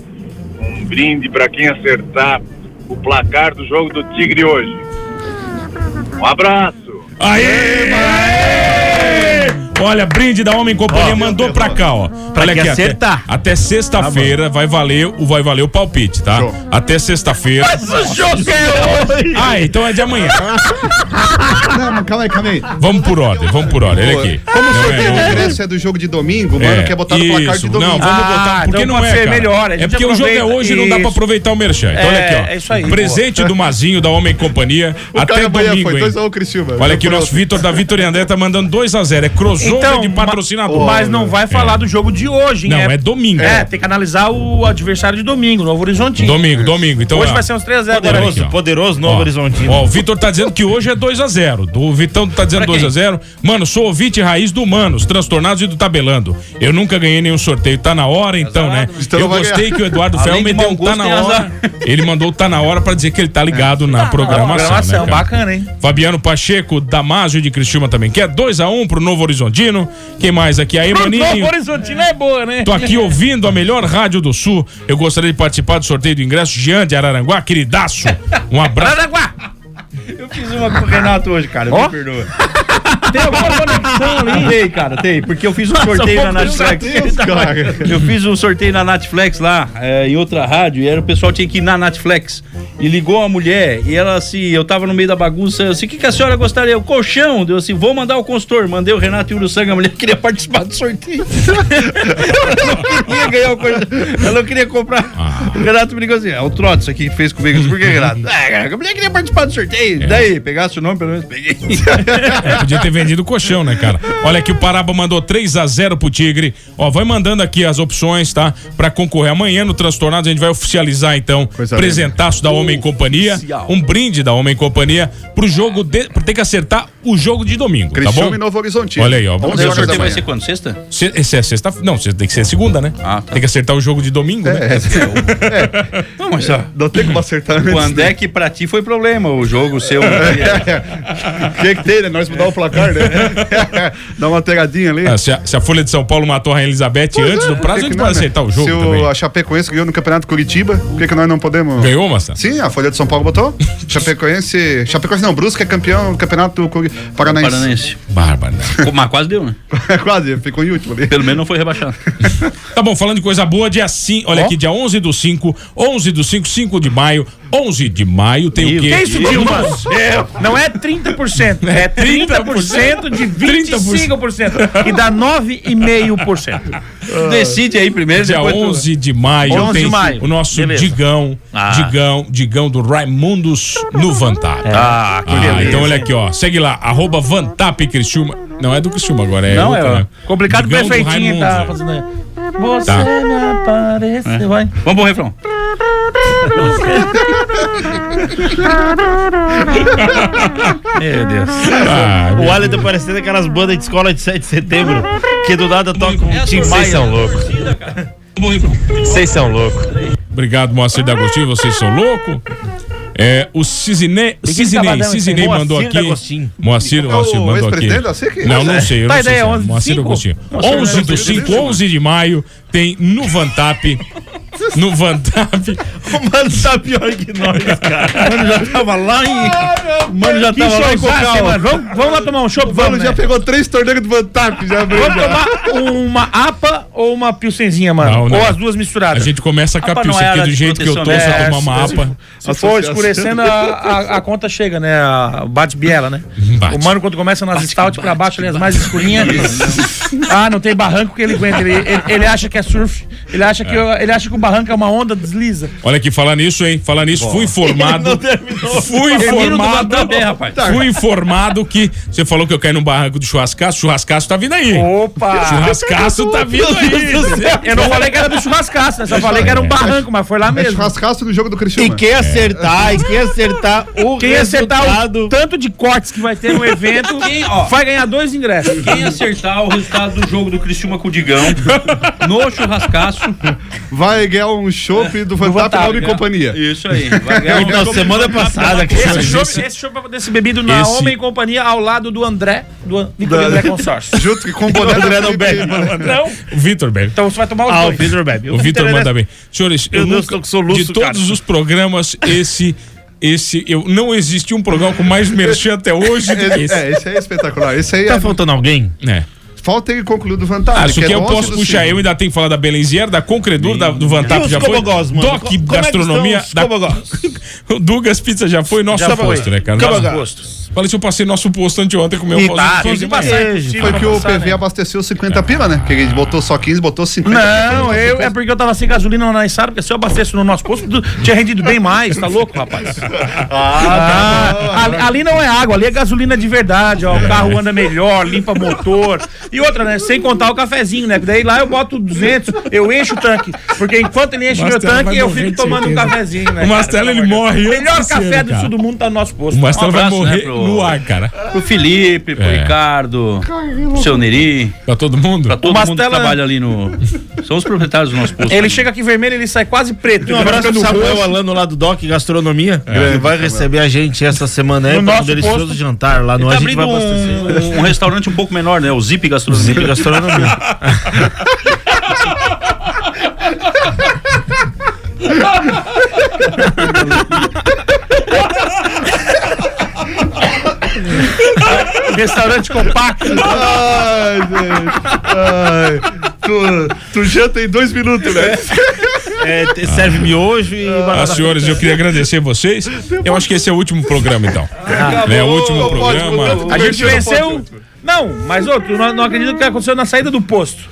Speaker 18: um brinde para quem acertar o placar do jogo do Tigre hoje. Um abraço!
Speaker 6: Olha, brinde da Homem Companhia mandou pra cá, ó.
Speaker 10: Pra
Speaker 6: Olha
Speaker 10: que
Speaker 6: aqui, até-
Speaker 10: acertar.
Speaker 6: Até, sexta-feira vai valer o vai valer o palpite, tá? Até sexta-feira.
Speaker 10: Mas o jogo é hoje.
Speaker 6: Ah, então é de amanhã.
Speaker 3: Não, mas calma aí, calma aí.
Speaker 6: Vamos por ordem, vamos por ordem. Olha
Speaker 3: Boa.
Speaker 6: aqui.
Speaker 3: Como o
Speaker 6: Não
Speaker 3: sorteio de
Speaker 6: é, não-
Speaker 3: ingresso é do jogo de domingo, mano,
Speaker 6: É,
Speaker 3: quer botar no placar
Speaker 6: isso.
Speaker 3: de domingo. Ah, então
Speaker 6: Não, vamos botar, porque não é, cara. é porque o jogo é hoje, não dá pra aproveitar o merchan. Então,
Speaker 3: É,
Speaker 6: olha aqui, ó.
Speaker 3: é isso aí,
Speaker 6: Presente
Speaker 3: boa.
Speaker 6: do Mazinho, da Homem Companhia,
Speaker 3: O
Speaker 6: até
Speaker 3: cara amanhã
Speaker 6: domingo,
Speaker 3: foi
Speaker 6: hein?
Speaker 3: 2x1 Criciúma.
Speaker 6: Olha aqui, o nosso
Speaker 3: Foi
Speaker 6: Vitor da Vitor e André tá mandando 2x0. É crossover de
Speaker 10: Então, ma-
Speaker 6: patrocinador.
Speaker 10: Mas não vai falar do jogo de hoje, hein?
Speaker 6: É. Não, é domingo.
Speaker 10: É, tem que analisar o adversário de domingo, Novo Horizontino.
Speaker 6: Domingo, domingo. Então,
Speaker 10: hoje
Speaker 6: ó,
Speaker 10: vai ser uns 3x0.
Speaker 6: olha aqui, ó.
Speaker 10: poderoso
Speaker 6: Ó, Ó, o Vitor tá dizendo que hoje é 2x0. O Vitão tá dizendo 2x0. Mano, sou ouvinte raiz do Manos, transtornados e do Tabelando. Eu nunca ganhei nenhum sorteio. Tá na hora, então, né?
Speaker 3: Então
Speaker 6: Eu
Speaker 3: vai
Speaker 6: gostei
Speaker 3: ganhar.
Speaker 6: que o Eduardo
Speaker 3: Além
Speaker 6: Fel
Speaker 3: de
Speaker 6: me deu
Speaker 3: mau
Speaker 6: um
Speaker 3: gosto,
Speaker 6: tá na
Speaker 3: tem
Speaker 6: hora.
Speaker 3: azar.
Speaker 6: Ele mandou o tá na hora pra dizer que ele tá ligado na programação.
Speaker 10: programação,
Speaker 6: né, cara?
Speaker 10: bacana, hein?
Speaker 6: Fabiano Pacheco, Damásio de Criciúma também. é Quer 2x1 pro Novo Horizontino. Quem mais aqui? Aí,
Speaker 10: Novo
Speaker 6: maninho.
Speaker 10: Horizontino é boa, né?
Speaker 6: Tô aqui ouvindo a melhor rádio do sul. Eu gostaria de participar do sorteio do ingresso. Jean de Araranguá, queridaço. Um abraço.
Speaker 7: Eu fiz uma com o Renato hoje, cara. Me perdoa. Tem alguma conexão ali? Tem, cara, tem. Porque eu fiz um
Speaker 8: Nossa,
Speaker 7: sorteio na
Speaker 8: vou cruzar Deus,
Speaker 7: Netflix.
Speaker 8: cara.
Speaker 7: Eu fiz um sorteio na Netflix lá, é, em outra rádio, e era, o pessoal tinha que ir na Netflix. E ligou a mulher, e ela assim, eu tava no meio da bagunça, eu assim, o que, que a senhora gostaria? O colchão. Deu assim, vou mandar o consultor. Mandei o Renato e o Uruçanga, a mulher queria participar do sorteio. ela não queria ganhar o colchão. Ela não queria comprar.
Speaker 10: Ah.
Speaker 7: O Renato me ligou assim, é o trote isso aqui que fez comigo. Eu disse, Por que, Renato? Ah, cara, a mulher queria participar do
Speaker 10: É.
Speaker 7: sorteio. Daí, pegasse o nome, pelo menos peguei.
Speaker 6: É, podia ter vendido o colchão, né, cara? Olha aqui, o Paraba mandou 3 a 0 pro Tigre. Ó, vai mandando aqui as opções, tá? Pra concorrer. Amanhã no Transtornados a gente vai oficializar, então, presentaço da Homem e Companhia. Um brinde da Homem e Companhia pro jogo de... pra ter que acertar o jogo de domingo, tá
Speaker 3: Criciúma
Speaker 6: bom?
Speaker 3: e Novo Horizontino.
Speaker 6: Olha aí, ó. Vamos
Speaker 3: Onze
Speaker 6: ver
Speaker 3: horas
Speaker 6: o sorteio
Speaker 3: da manhã.
Speaker 7: quando? Sexta?
Speaker 6: Se- Esse é sexta. Não, sexta tem que ser segunda, né?
Speaker 3: Ah, tá.
Speaker 6: Tem que acertar o jogo de domingo,
Speaker 3: É,
Speaker 6: né?
Speaker 7: Não, mas ó.
Speaker 3: um. Não tem como acertar É.
Speaker 7: O André é que pra ti foi problema, o jogo seu.
Speaker 3: O que, que tem, né? Nós mudar o placar, né? Dá uma pegadinha ali.
Speaker 6: Ah, se, a, se a Folha de São Paulo matou a Rainha Elizabeth antes
Speaker 3: é.
Speaker 6: do prazo, a gente pode acertar o jogo
Speaker 3: né? Se
Speaker 6: também.
Speaker 3: o, a Chapecoense ganhou no Campeonato Curitiba, por que, que nós não podemos.
Speaker 6: Ganhou, Massa?
Speaker 3: Sim, a Folha de São Paulo botou. Chapecoense. Chapecoense não, Brusque é campeão do Campeonato Curi- Paranaense.
Speaker 7: Paranaense.
Speaker 6: Bárbara.
Speaker 7: Mas quase deu, né?
Speaker 3: Quase, ficou em último ali.
Speaker 7: Pelo menos não foi rebaixado.
Speaker 6: Tá bom, falando de coisa boa, dia 5, olha aqui, dia 11 do 5, 11 do 5, 5 de maio, 11 de maio tem o quê?
Speaker 10: Que isso, Dilma? Não é 30%, é 30% de 25%. E dá 9,5%.
Speaker 7: Decide aí primeiro.
Speaker 6: Dia
Speaker 10: depois tu-
Speaker 6: 11 de maio,
Speaker 10: 11 de
Speaker 6: tem
Speaker 10: maio.
Speaker 6: o nosso
Speaker 10: Beleza. Ah.
Speaker 6: Digão, Digão, Digão do Raimundos no Vantap.
Speaker 10: É.
Speaker 7: Ah, que beleza.
Speaker 6: então olha aqui, ó, segue lá, arroba Vantap Criciúma, não é do Criciúma agora, é
Speaker 10: Não,
Speaker 6: outra,
Speaker 10: é
Speaker 6: né?
Speaker 10: complicado
Speaker 6: Digão do
Speaker 10: perfeitinho
Speaker 6: Raimundos,
Speaker 10: tá
Speaker 6: é.
Speaker 10: fazendo aí. Você
Speaker 6: Tá.
Speaker 10: me
Speaker 8: É.
Speaker 10: apareceu, vai.
Speaker 7: Vamos pro refrão. Meu Deus.
Speaker 6: Ah,
Speaker 10: o Alien tá parecendo aquelas bandas de escola de 7 de setembro que do nada tocam um time
Speaker 6: Vocês são
Speaker 10: loucos.
Speaker 6: Vocês são loucos. Obrigado, Moacir D'Agostinho, vocês são loucos. É, o Cisinei,
Speaker 10: que
Speaker 6: Cisinei,
Speaker 10: Sabadão, esse
Speaker 6: Cisinei
Speaker 10: Moacir
Speaker 6: mandou aqui.
Speaker 10: D'Agostinho?
Speaker 6: Moacir,
Speaker 10: É o
Speaker 6: Moacir mandou aqui.
Speaker 10: ex-presidente da SIC?
Speaker 6: Não,
Speaker 10: Pois
Speaker 6: não
Speaker 10: é.
Speaker 6: sei, eu
Speaker 10: Tá
Speaker 6: não sei.
Speaker 10: ideia,
Speaker 6: se é
Speaker 10: 11 de
Speaker 6: Moacir
Speaker 10: cinco?
Speaker 6: D'Agostinho.
Speaker 10: Moacir
Speaker 6: 11 do
Speaker 10: D'Agostinho,
Speaker 6: 5, 11 de maio, tem no Vantap. No Vantap.
Speaker 10: O mano tá pior que nós, cara. Ah,
Speaker 7: O mano já tava lá
Speaker 10: em.
Speaker 7: mano já tava lá em Cocal.
Speaker 10: Vamos, vamos lá tomar um chopp, vamos.
Speaker 3: já pegou três torneiras do Vantap, já abriu.
Speaker 10: Vamos tomar um- uma APA ou uma pilsenzinha, mano?
Speaker 6: Não, não.
Speaker 10: Ou as duas misturadas?
Speaker 6: A gente começa com a
Speaker 10: APA não
Speaker 6: pilsen,
Speaker 10: é
Speaker 6: porque
Speaker 10: área
Speaker 6: do
Speaker 10: de
Speaker 6: jeito que eu tô, se
Speaker 10: proteção,
Speaker 6: eu
Speaker 10: né?
Speaker 6: tomar uma
Speaker 10: É,
Speaker 6: APA.
Speaker 10: Se for escurecendo, a, a- a conta chega, né? A bate-biela, né? O mano, quando começa nas stout pra baixo, ali as mais escurinhas. ah, não tem barranco que ele aguenta. Ele, ele- ele acha que é surf. Ele acha, que, ele acha que o barranco é uma onda, desliza.
Speaker 6: Olha aqui, falar nisso, hein? Falar nisso, fui informado. Fui
Speaker 10: Termina o do
Speaker 6: informado. É,
Speaker 10: Vantap aí, rapaz.
Speaker 6: Fui informado que você falou que eu caí num barranco do churrascaço. Churrascaço tá vindo aí.
Speaker 10: Opa!
Speaker 6: Churrascaço tá vindo aí.
Speaker 10: Eu não falei que era do churrascaço, né? Só falei que era um barranco, mas foi lá mesmo.
Speaker 3: É Churrascaço no jogo do Cristiano.
Speaker 10: E quem acertar,
Speaker 3: É.
Speaker 10: e quem acertar o
Speaker 3: Quem
Speaker 10: resultado...
Speaker 3: acertar
Speaker 10: o tanto de cortes que vai ter no evento, vai ganhar dois ingressos.
Speaker 7: Quem acertar o resultado do jogo do Criciúma com o Digão, no churrascaço,
Speaker 3: Vai ganhar um chopp
Speaker 6: É.
Speaker 3: do Fantap Nome
Speaker 6: né?
Speaker 3: e Companhia.
Speaker 7: Isso aí.
Speaker 3: vai ganhar um
Speaker 10: Não,
Speaker 3: chopp
Speaker 10: semana
Speaker 3: do Fantap
Speaker 10: passada
Speaker 3: Nome e
Speaker 10: que
Speaker 3: Companhia. Esse
Speaker 10: você fez
Speaker 3: chopp-
Speaker 10: isso.
Speaker 3: esse
Speaker 8: Chopp pra desse bebido na
Speaker 10: Esse-
Speaker 8: Homem e Companhia, ao lado do André, do Nicolino André Consórcio.
Speaker 3: Junto com o
Speaker 8: boné do
Speaker 6: André não
Speaker 8: Felipe
Speaker 6: bebe. né?
Speaker 8: Neto.
Speaker 6: O Vitor bebe.
Speaker 8: Então você vai tomar os
Speaker 6: Ah, o
Speaker 8: dois.
Speaker 6: Vitor bebe. O Vitor manda bem. Senhores, eu,
Speaker 10: Eu não
Speaker 6: nunca,
Speaker 10: sou- sou luxo,
Speaker 6: de todos
Speaker 10: cara.
Speaker 6: os programas, esse... Esse, eu, não existiu um programa com mais merchan até hoje do que esse.
Speaker 3: É, esse é espetacular. Esse aí
Speaker 6: Tá
Speaker 3: é-
Speaker 6: faltando alguém? É.
Speaker 3: Falta ele concluir é do Fantap.
Speaker 6: Ah, isso aqui eu posso puxar. Eu ainda tenho que falar da Belenzier, da Concredur, da, do Vantap
Speaker 10: os
Speaker 6: Tá já foi.
Speaker 10: cobogós, mano?
Speaker 6: Doc
Speaker 10: Co- como é que
Speaker 6: Gastronomia.
Speaker 10: estão os
Speaker 6: da- o Dugas Pizza já foi, nosso
Speaker 10: Já
Speaker 6: posto,
Speaker 10: foi.
Speaker 6: né, cara?
Speaker 10: Cobogós. um
Speaker 6: Nosso posto. Falei se eu passei nosso um posto anteontem com o meu
Speaker 10: tá, né,
Speaker 3: Foi que o
Speaker 6: né?
Speaker 3: PV abasteceu 50 pila, né? Porque ele botou só 15, botou 50.
Speaker 8: Não, eu, é porque eu tava sem gasolina na Isara, porque se eu abasteço no nosso posto, tu- tinha rendido bem mais, tá louco, rapaz? Ah, ali, ali não é água, ali é gasolina de verdade,
Speaker 6: É.
Speaker 8: ó. O carro anda melhor, limpa motor. E outra, né? Sem contar o cafezinho, né? Daí lá eu boto 200, eu encho o tanque. Porque enquanto ele enche o meu
Speaker 6: Marcelo vai
Speaker 8: tanque, eu
Speaker 6: morrer
Speaker 8: fico
Speaker 6: de
Speaker 8: tomando um
Speaker 6: certeza.
Speaker 8: cafezinho, né?
Speaker 6: O Marcelo,
Speaker 8: cara?
Speaker 6: ele morre
Speaker 8: O melhor
Speaker 6: antes de
Speaker 8: café
Speaker 6: ser,
Speaker 8: do
Speaker 6: cara.
Speaker 8: sul do mundo tá no nosso posto.
Speaker 6: O Marcelo
Speaker 8: Um
Speaker 6: vai
Speaker 8: abraço,
Speaker 6: morrer
Speaker 8: né, pro-
Speaker 6: no ar, cara.
Speaker 7: Pro Felipe, pro
Speaker 6: É.
Speaker 7: Ricardo, pro seu Neri.
Speaker 6: Pra todo mundo?
Speaker 7: Pra todo
Speaker 8: O
Speaker 7: mundo que
Speaker 8: Mastella-
Speaker 7: trabalha ali no. São os proprietários do nosso posto.
Speaker 8: Ele chega aqui vermelho, ele sai quase preto.
Speaker 10: Um
Speaker 8: Ele
Speaker 10: abraço
Speaker 8: fica
Speaker 10: pro
Speaker 8: no
Speaker 10: Samuel
Speaker 8: rosto.
Speaker 10: Alano lá do Doc Gastronomia.
Speaker 7: É.
Speaker 10: Ele vai receber a gente essa semana aí
Speaker 7: No
Speaker 10: para um
Speaker 7: nosso
Speaker 10: delicioso
Speaker 7: posto.
Speaker 10: jantar lá no
Speaker 7: Ele tá
Speaker 10: A gente vai
Speaker 7: abrindo
Speaker 10: abastecer.
Speaker 7: um, um restaurante um pouco menor, né? O Zip Gastronomia.
Speaker 10: Zip Gastronomia.
Speaker 8: Restaurante compacto.
Speaker 3: Ai, gente. Ai. Tu, tu janta em dois minutos, né?
Speaker 10: É, serve miojo e
Speaker 6: Ah, senhores, eu queria agradecer vocês. Eu acho que esse é o último programa, então. é o último programa.
Speaker 8: A gente venceu. Não, mas ô, tu não, não acredito que aconteceu na saída do posto.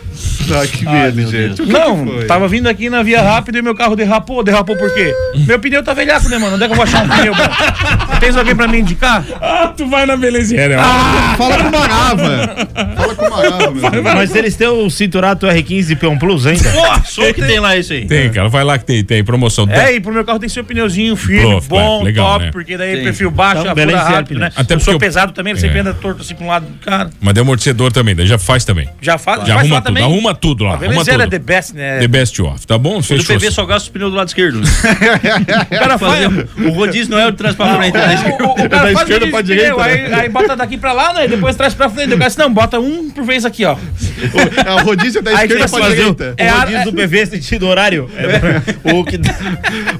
Speaker 3: Ah, que medo, gente.
Speaker 8: Não, tava vindo aqui na via rápida e meu carro derrapou. Derrapou por quê? Meu pneu tá velhaco, né, mano? Onde é que eu vou achar um pneu bom? Tens alguém pra me indicar?
Speaker 6: Ah, tu vai na belezinha, né?
Speaker 3: Fala com o Marava. Fala com o Marava, meu.
Speaker 10: Mas eles têm o Cinturato R15 P1 Plus ainda.
Speaker 8: Pô, só que tem lá isso aí.
Speaker 6: Tem, cara, vai lá que tem, tem promoção.
Speaker 8: É, e pro meu carro tem que ser um pneuzinho firme,
Speaker 6: Prof,
Speaker 8: bom,
Speaker 6: é, legal,
Speaker 8: top,
Speaker 6: né?
Speaker 8: porque daí
Speaker 6: Sim.
Speaker 8: perfil baixo,
Speaker 6: Então,
Speaker 8: então,
Speaker 6: beleza,
Speaker 8: rápido,
Speaker 6: né?
Speaker 8: né?
Speaker 6: Até
Speaker 8: eu
Speaker 6: porque
Speaker 8: sou
Speaker 6: eu-
Speaker 8: pesado também, você
Speaker 6: É.
Speaker 8: anda torto assim pra um lado do cara.
Speaker 6: Mas deu amortecedor também, daí já faz também.
Speaker 8: Já faz,
Speaker 6: Já
Speaker 8: faz
Speaker 6: arruma
Speaker 8: lá
Speaker 6: tudo,
Speaker 8: também.
Speaker 6: arruma tudo lá.
Speaker 8: A
Speaker 6: Arruma
Speaker 8: Venezuela
Speaker 6: tudo.
Speaker 8: é the best, né?
Speaker 6: The best off, tá bom?
Speaker 7: O do
Speaker 6: Fechou.
Speaker 7: PV só gasta o pneu do lado esquerdo.
Speaker 8: O cara faz. Ah,
Speaker 7: O rodízio não é o de trás pra frente, é da esquerda. né?
Speaker 8: O cara faz isso, entendeu? Aí, aí bota daqui pra lá, né? E depois traz pra frente. O cara disse, não, bota um por vez aqui, ó.
Speaker 3: É o rodízio da
Speaker 8: Aí
Speaker 3: esquerda
Speaker 8: tem que
Speaker 3: pra
Speaker 8: fazer
Speaker 3: direita.
Speaker 8: o- é a- é-
Speaker 10: PV sentido horário. É, o que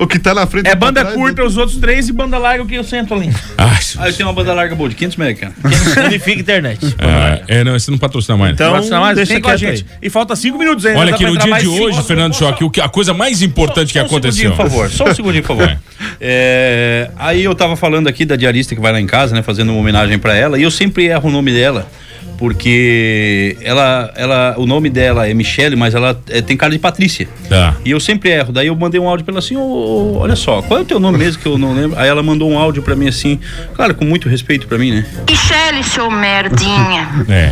Speaker 3: O que tá na frente
Speaker 8: É banda curta, os outros três, e banda larga, o que eu sento ali.
Speaker 7: Então,
Speaker 6: Ah,
Speaker 7: Aí eu tenho uma banda larga boa de 500 mega, cara.
Speaker 8: É.
Speaker 10: Unifica internet.
Speaker 6: Ah, é, não, esse não patrocina mais. né?
Speaker 10: Então,
Speaker 8: Patrocina mais,
Speaker 10: deixa
Speaker 8: vem com a
Speaker 10: quieto
Speaker 8: gente. E falta cinco minutos ainda.
Speaker 6: Olha
Speaker 8: Então, dá
Speaker 6: aqui,
Speaker 8: pra
Speaker 6: no
Speaker 8: entrar
Speaker 6: dia
Speaker 8: mais
Speaker 6: de
Speaker 8: cinco. um
Speaker 6: hoje, Fernando Choque, o que- a coisa mais importante que aconteceu.
Speaker 7: Por favor, só um segundinho, por favor. É, aí eu tava falando aqui da diarista que vai lá em casa, né? Fazendo uma homenagem pra ela. E eu sempre erro o nome dela. Porque ela, ela, o nome dela é Michele, mas ela é, tem cara de Patrícia.
Speaker 6: Tá.
Speaker 7: E eu sempre erro. Daí eu mandei um áudio pra ela assim: ô, ô, olha só, qual é o teu nome mesmo que eu não lembro? Aí ela mandou um áudio pra mim assim, claro, com muito respeito pra mim, né?
Speaker 19: Michele, seu merdinha.
Speaker 6: É,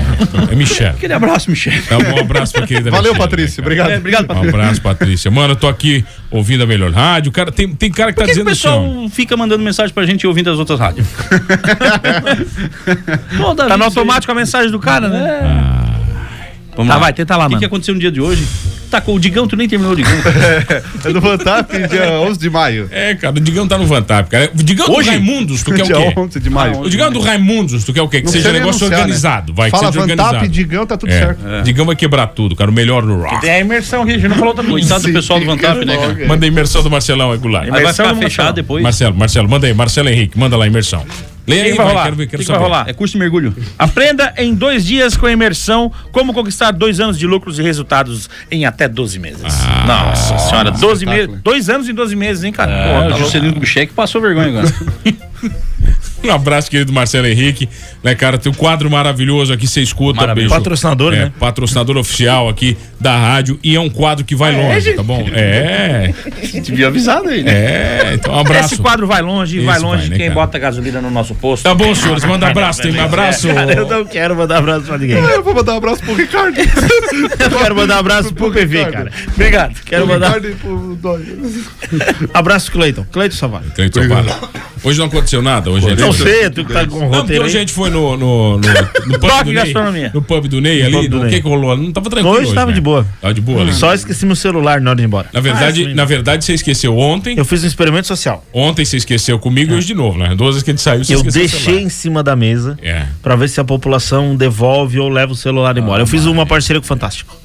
Speaker 6: é Michel.
Speaker 7: Aquele abraço, Michele.
Speaker 6: Tá bom, um abraço pra querida
Speaker 3: Valeu,
Speaker 6: Michele,
Speaker 3: Patrícia,
Speaker 6: né, cara?
Speaker 3: obrigado. É,
Speaker 7: obrigado,
Speaker 6: Um abraço, Patrícia. Mano, eu tô aqui ouvindo a melhor rádio. Cara, tem, tem cara que
Speaker 7: Por
Speaker 6: tá
Speaker 7: que, que o
Speaker 6: dizendo assim,
Speaker 7: pessoal
Speaker 6: ó.
Speaker 7: fica mandando mensagem pra gente ouvindo as outras rádios? Toda
Speaker 8: Tá no
Speaker 7: vez,
Speaker 8: automático a mensagem do cara, né?
Speaker 7: Vamos
Speaker 8: Tá,
Speaker 7: lá.
Speaker 8: vai, tenta lá,
Speaker 7: O que
Speaker 8: mano.
Speaker 7: que aconteceu no dia de hoje? Tacou o Digão, tu nem terminou o Digão.
Speaker 3: É do Fantap, dia 11 de maio.
Speaker 6: É, cara, o Digão tá no Vantap, cara. O Digão
Speaker 3: Hoje?
Speaker 6: do Raimundos, tu quer o
Speaker 3: Dia
Speaker 6: quê?
Speaker 3: 11 de maio.
Speaker 6: O Digão do Raimundos, tu quer o quê? Que
Speaker 3: Não
Speaker 6: seja
Speaker 3: precisa
Speaker 6: um
Speaker 3: nem
Speaker 6: negócio
Speaker 3: anunciar,
Speaker 6: organizado.
Speaker 3: né?
Speaker 6: Vai,
Speaker 3: Fala
Speaker 6: que seja
Speaker 3: Vantap,
Speaker 6: organizado.
Speaker 3: Digão, tá tudo
Speaker 6: É.
Speaker 3: certo.
Speaker 6: Digão vai quebrar tudo, cara. O melhor no rock.
Speaker 8: Tem a imersão aqui, a gente não falou outra coisa.
Speaker 7: Coitado do pessoal do Vantap, né, cara?
Speaker 6: Manda a imersão do Marcelão aí, Goulart.
Speaker 7: Aí vai ficar fechado depois.
Speaker 6: Marcelo, Marcelo, manda aí. Marcelo Henrique, manda lá a imersão. Leia
Speaker 8: Quem
Speaker 6: aí,
Speaker 8: vai
Speaker 6: vai,
Speaker 8: rolar?
Speaker 6: quero ver, quero
Speaker 8: Quem vai
Speaker 6: saber.
Speaker 8: rolar?
Speaker 7: É curso de mergulho.
Speaker 8: Aprenda em dois dias com a imersão então, como conquistar dois anos de lucros e resultados em até 12 meses. Nossa senhora,
Speaker 7: Tá
Speaker 8: 12 meses. Dois anos em 12 meses, hein, cara? Pô,
Speaker 7: Ah,
Speaker 8: tá
Speaker 7: o
Speaker 8: louco.
Speaker 7: Juscelino Kubitschek passou vergonha agora.
Speaker 6: Um abraço, querido Marcelo Henrique. Né, cara, tem um quadro maravilhoso aqui, você escuta.
Speaker 10: Maravilhoso.
Speaker 6: beijo.
Speaker 10: Patrocinador,
Speaker 6: É,
Speaker 10: né?
Speaker 6: Patrocinador oficial aqui da rádio. E é um quadro que vai longe, tá bom? É.
Speaker 7: Devia avisar daí,
Speaker 10: né?
Speaker 6: É, então um abraço.
Speaker 8: Esse quadro vai longe,
Speaker 6: Esse
Speaker 8: vai longe
Speaker 6: vai,
Speaker 8: de
Speaker 6: né,
Speaker 8: quem
Speaker 6: cara?
Speaker 8: bota gasolina no nosso posto.
Speaker 6: Tá bom, senhores, manda abraço, tem um abraço.
Speaker 10: Cara, eu não quero mandar abraço pra ninguém.
Speaker 3: Eu vou mandar um abraço pro Ricardo.
Speaker 10: Eu quero mandar abraço pro PV, cara. Obrigado. Quero
Speaker 3: pro
Speaker 10: mandar
Speaker 3: Ricardo e pro Dói.
Speaker 10: abraço, Cleiton. Cleiton Savalho.
Speaker 6: Cleiton Vale. um Hoje não aconteceu nada, hoje é
Speaker 10: Não, você, tu que tá com o
Speaker 6: Não, porque
Speaker 10: roteiro.
Speaker 6: a
Speaker 10: aí.
Speaker 6: gente foi no, no, no, no pub
Speaker 10: Toque
Speaker 6: do Ney,
Speaker 10: gastronomia.
Speaker 6: no pub do Ney
Speaker 10: No
Speaker 6: ali,
Speaker 10: pub do
Speaker 6: o
Speaker 10: Ney.
Speaker 6: que que rolou? Não tava tranquilo
Speaker 10: Hoje tava
Speaker 6: né?
Speaker 10: de boa. Ah,
Speaker 6: Tava de boa ali.
Speaker 10: Só esqueci meu celular na hora de ir embora.
Speaker 6: Na verdade, na verdade, você esqueceu ontem.
Speaker 10: Eu fiz um experimento social.
Speaker 6: Ontem você esqueceu comigo e hoje de novo, né? Duas vezes que a gente saiu, você
Speaker 10: eu
Speaker 6: esqueceu o
Speaker 10: deixei em cima da mesa
Speaker 6: celular. É.
Speaker 10: pra ver se a população devolve ou leva o celular embora. Eu fiz uma parceria com o Fantástico.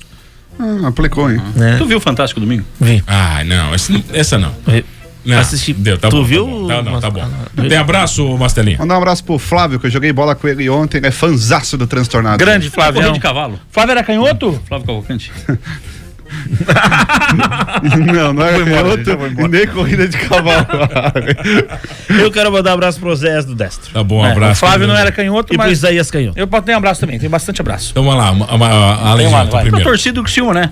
Speaker 3: Ah, aplicou, hein?
Speaker 7: Tu viu o Fantástico domingo?
Speaker 10: Vi.
Speaker 6: Ah, não, essa, essa não. não.
Speaker 10: Assisti.
Speaker 6: Deu, tá
Speaker 10: Tu
Speaker 6: bom,
Speaker 10: viu,
Speaker 6: Tá bom. Tá, não, tá bom. Tem abraço, Mastelinha.
Speaker 3: Mandar um abraço pro Flávio, que eu joguei bola com ele ontem, ele é fanzaço do Transtornado.
Speaker 7: Corrida de cavalo.
Speaker 8: Flávio era canhoto?
Speaker 7: Flávio Cavalcante.
Speaker 3: Não, não é
Speaker 10: Foi embora,
Speaker 3: outro,
Speaker 10: já foi embora.
Speaker 3: nem corrida de cavalo.
Speaker 10: Eu quero mandar um abraço pro Zéas do Destro.
Speaker 6: Tá bom, um
Speaker 10: É,
Speaker 6: abraço.
Speaker 10: o Flávio não era
Speaker 8: canhoto,
Speaker 10: E pro
Speaker 8: mas-
Speaker 10: Isaías Canhoto.
Speaker 8: Eu tenho abraço também, tem bastante abraço.
Speaker 6: Então vai lá, ma- ma- a Alenzinho, tu
Speaker 7: A
Speaker 6: primeiro.
Speaker 7: torcida do Criciúma, né?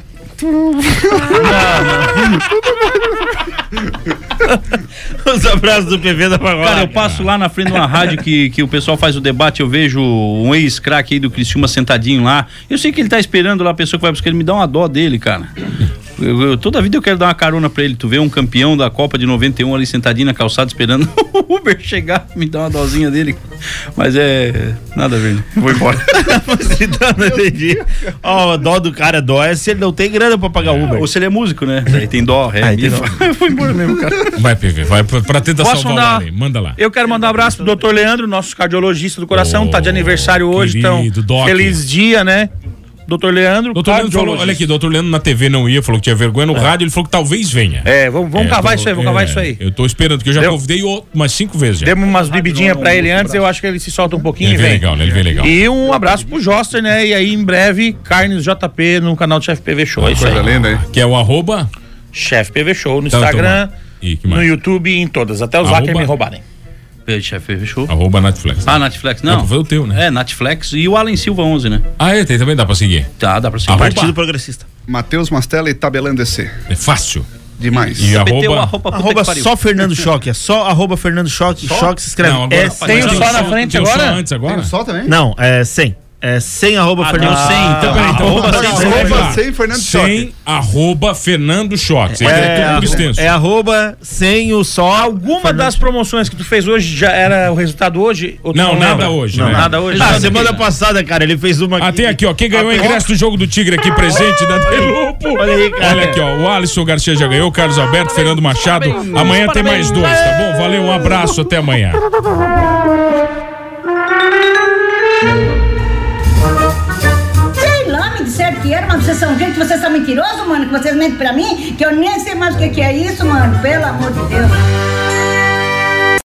Speaker 10: Os abraços do PV da Pagoda.
Speaker 7: Cara, eu passo lá na frente de uma rádio que, que o pessoal faz o debate, eu vejo um ex-craque aí do Criciúma sentadinho lá. Eu sei que ele tá esperando lá a pessoa que vai buscar ele, me dá uma dó dele, cara. Eu, eu- toda vida eu quero dar uma carona pra ele. Tu vê um campeão da Copa de 91 ali sentadinho na calçada esperando o Uber chegar, me dá uma dozinha dele. Mas é. Nada a ver. né? Vou embora.
Speaker 10: Não entendi. Ó, a dó do cara dó é se ele não tem grana pra pagar Uber.
Speaker 7: Ou se ele é músico, né? Aí tem dó, ré,
Speaker 10: Aí
Speaker 7: mi,
Speaker 10: tem
Speaker 7: fá.
Speaker 10: dó.
Speaker 7: Foi embora mesmo, cara.
Speaker 6: Vai, PV, vai pra, pra tentar
Speaker 8: Posso
Speaker 6: salvar
Speaker 8: mandar-
Speaker 6: o Além. Manda lá.
Speaker 8: Eu quero mandar um abraço pro doutor Leandro, nosso cardiologista do coração, tá de aniversário hoje, então.
Speaker 6: Oh, querido Doc.
Speaker 8: Feliz dia, né? Doutor Leandro,
Speaker 6: Doutor Leandro falou,
Speaker 8: cardiologista.
Speaker 6: olha aqui, doutor Leandro na TV não ia, falou que tinha vergonha no rádio, ele falou que talvez venha. é,
Speaker 8: É, vamos, vamos
Speaker 6: tá
Speaker 8: cavar isso aí, vamos cavar isso aí.
Speaker 6: Eu tô esperando, que eu já convidei o- umas cinco vezes já.
Speaker 8: Demos umas bebidinhas
Speaker 7: um
Speaker 8: pra ele antes, eu acho que ele se solta um pouquinho
Speaker 6: Ele
Speaker 8: e
Speaker 6: vem
Speaker 8: vem.
Speaker 6: legal, né? Ele vem legal.
Speaker 8: E um abraço pro Joster, né? E aí, em breve, Carnes JP no canal do Chef PV Show. é isso aí.
Speaker 6: Que é o arroba.
Speaker 8: Chefe PV Show no
Speaker 6: Tanto
Speaker 8: Instagram,
Speaker 6: E que
Speaker 8: no
Speaker 6: mais?
Speaker 8: YouTube e em todas. Até os
Speaker 6: Arroba-
Speaker 8: hackers me roubarem.
Speaker 7: Chefe, fechou.
Speaker 6: Arroba Netflix.
Speaker 7: Ah, Netflix, não.
Speaker 6: Foi o teu, né?
Speaker 7: É, Netflix e o Alan Silva 11, né?
Speaker 6: Ah, é, tem, também dá pra seguir.
Speaker 7: Tá, dá pra seguir.
Speaker 10: Partido Progressista.
Speaker 3: Matheus Mastella e Tabelando EC.
Speaker 6: É fácil.
Speaker 3: Demais.
Speaker 6: E arroba- arroba
Speaker 10: Arroba só Fernando Choque. É só arroba Fernando Choque. Choque se inscreve.
Speaker 6: Não, agora
Speaker 10: é
Speaker 6: não, rapaz, mas tem o só- tem o só antes agora? Tem o
Speaker 3: um só também?
Speaker 10: Não, é 100. É 100 arroba
Speaker 6: Ah,
Speaker 10: Fernando
Speaker 6: não,
Speaker 10: Choque.
Speaker 6: então peraí, então
Speaker 10: Arroba
Speaker 6: vamos
Speaker 10: 100,
Speaker 6: fazer
Speaker 10: arroba
Speaker 6: isso aí.
Speaker 10: 100.
Speaker 3: Sem Fernando
Speaker 6: Sem arroba Fernando Schott.
Speaker 10: É,
Speaker 6: É, tudo extenso.
Speaker 10: é arroba sem o só.
Speaker 8: Alguma das promoções que tu fez hoje já era o resultado hoje? Ou tu
Speaker 6: Não, nada
Speaker 8: lembra?
Speaker 6: hoje,
Speaker 8: Não,
Speaker 6: né?
Speaker 8: nada hoje.
Speaker 10: Ah, semana passada, cara, ele fez uma.
Speaker 6: Ah, tem aqui, ó. Quem ganhou o ingresso do jogo do Tigre aqui, presente da Delupo.
Speaker 10: Olha aí, cara.
Speaker 6: Olha aqui, ó. O Alisson Garcia já ganhou, o Carlos Alberto, Fernando Machado. Amanhã tem mais dois, tá bom? Valeu, um abraço, até amanhã.
Speaker 5: Sei lá, me disseram que era, mas vocês são gente, vocês são mentirosos, mano, que vocês mentem pra mim, que eu nem sei mais o que, que é isso, mano, pelo amor de Deus.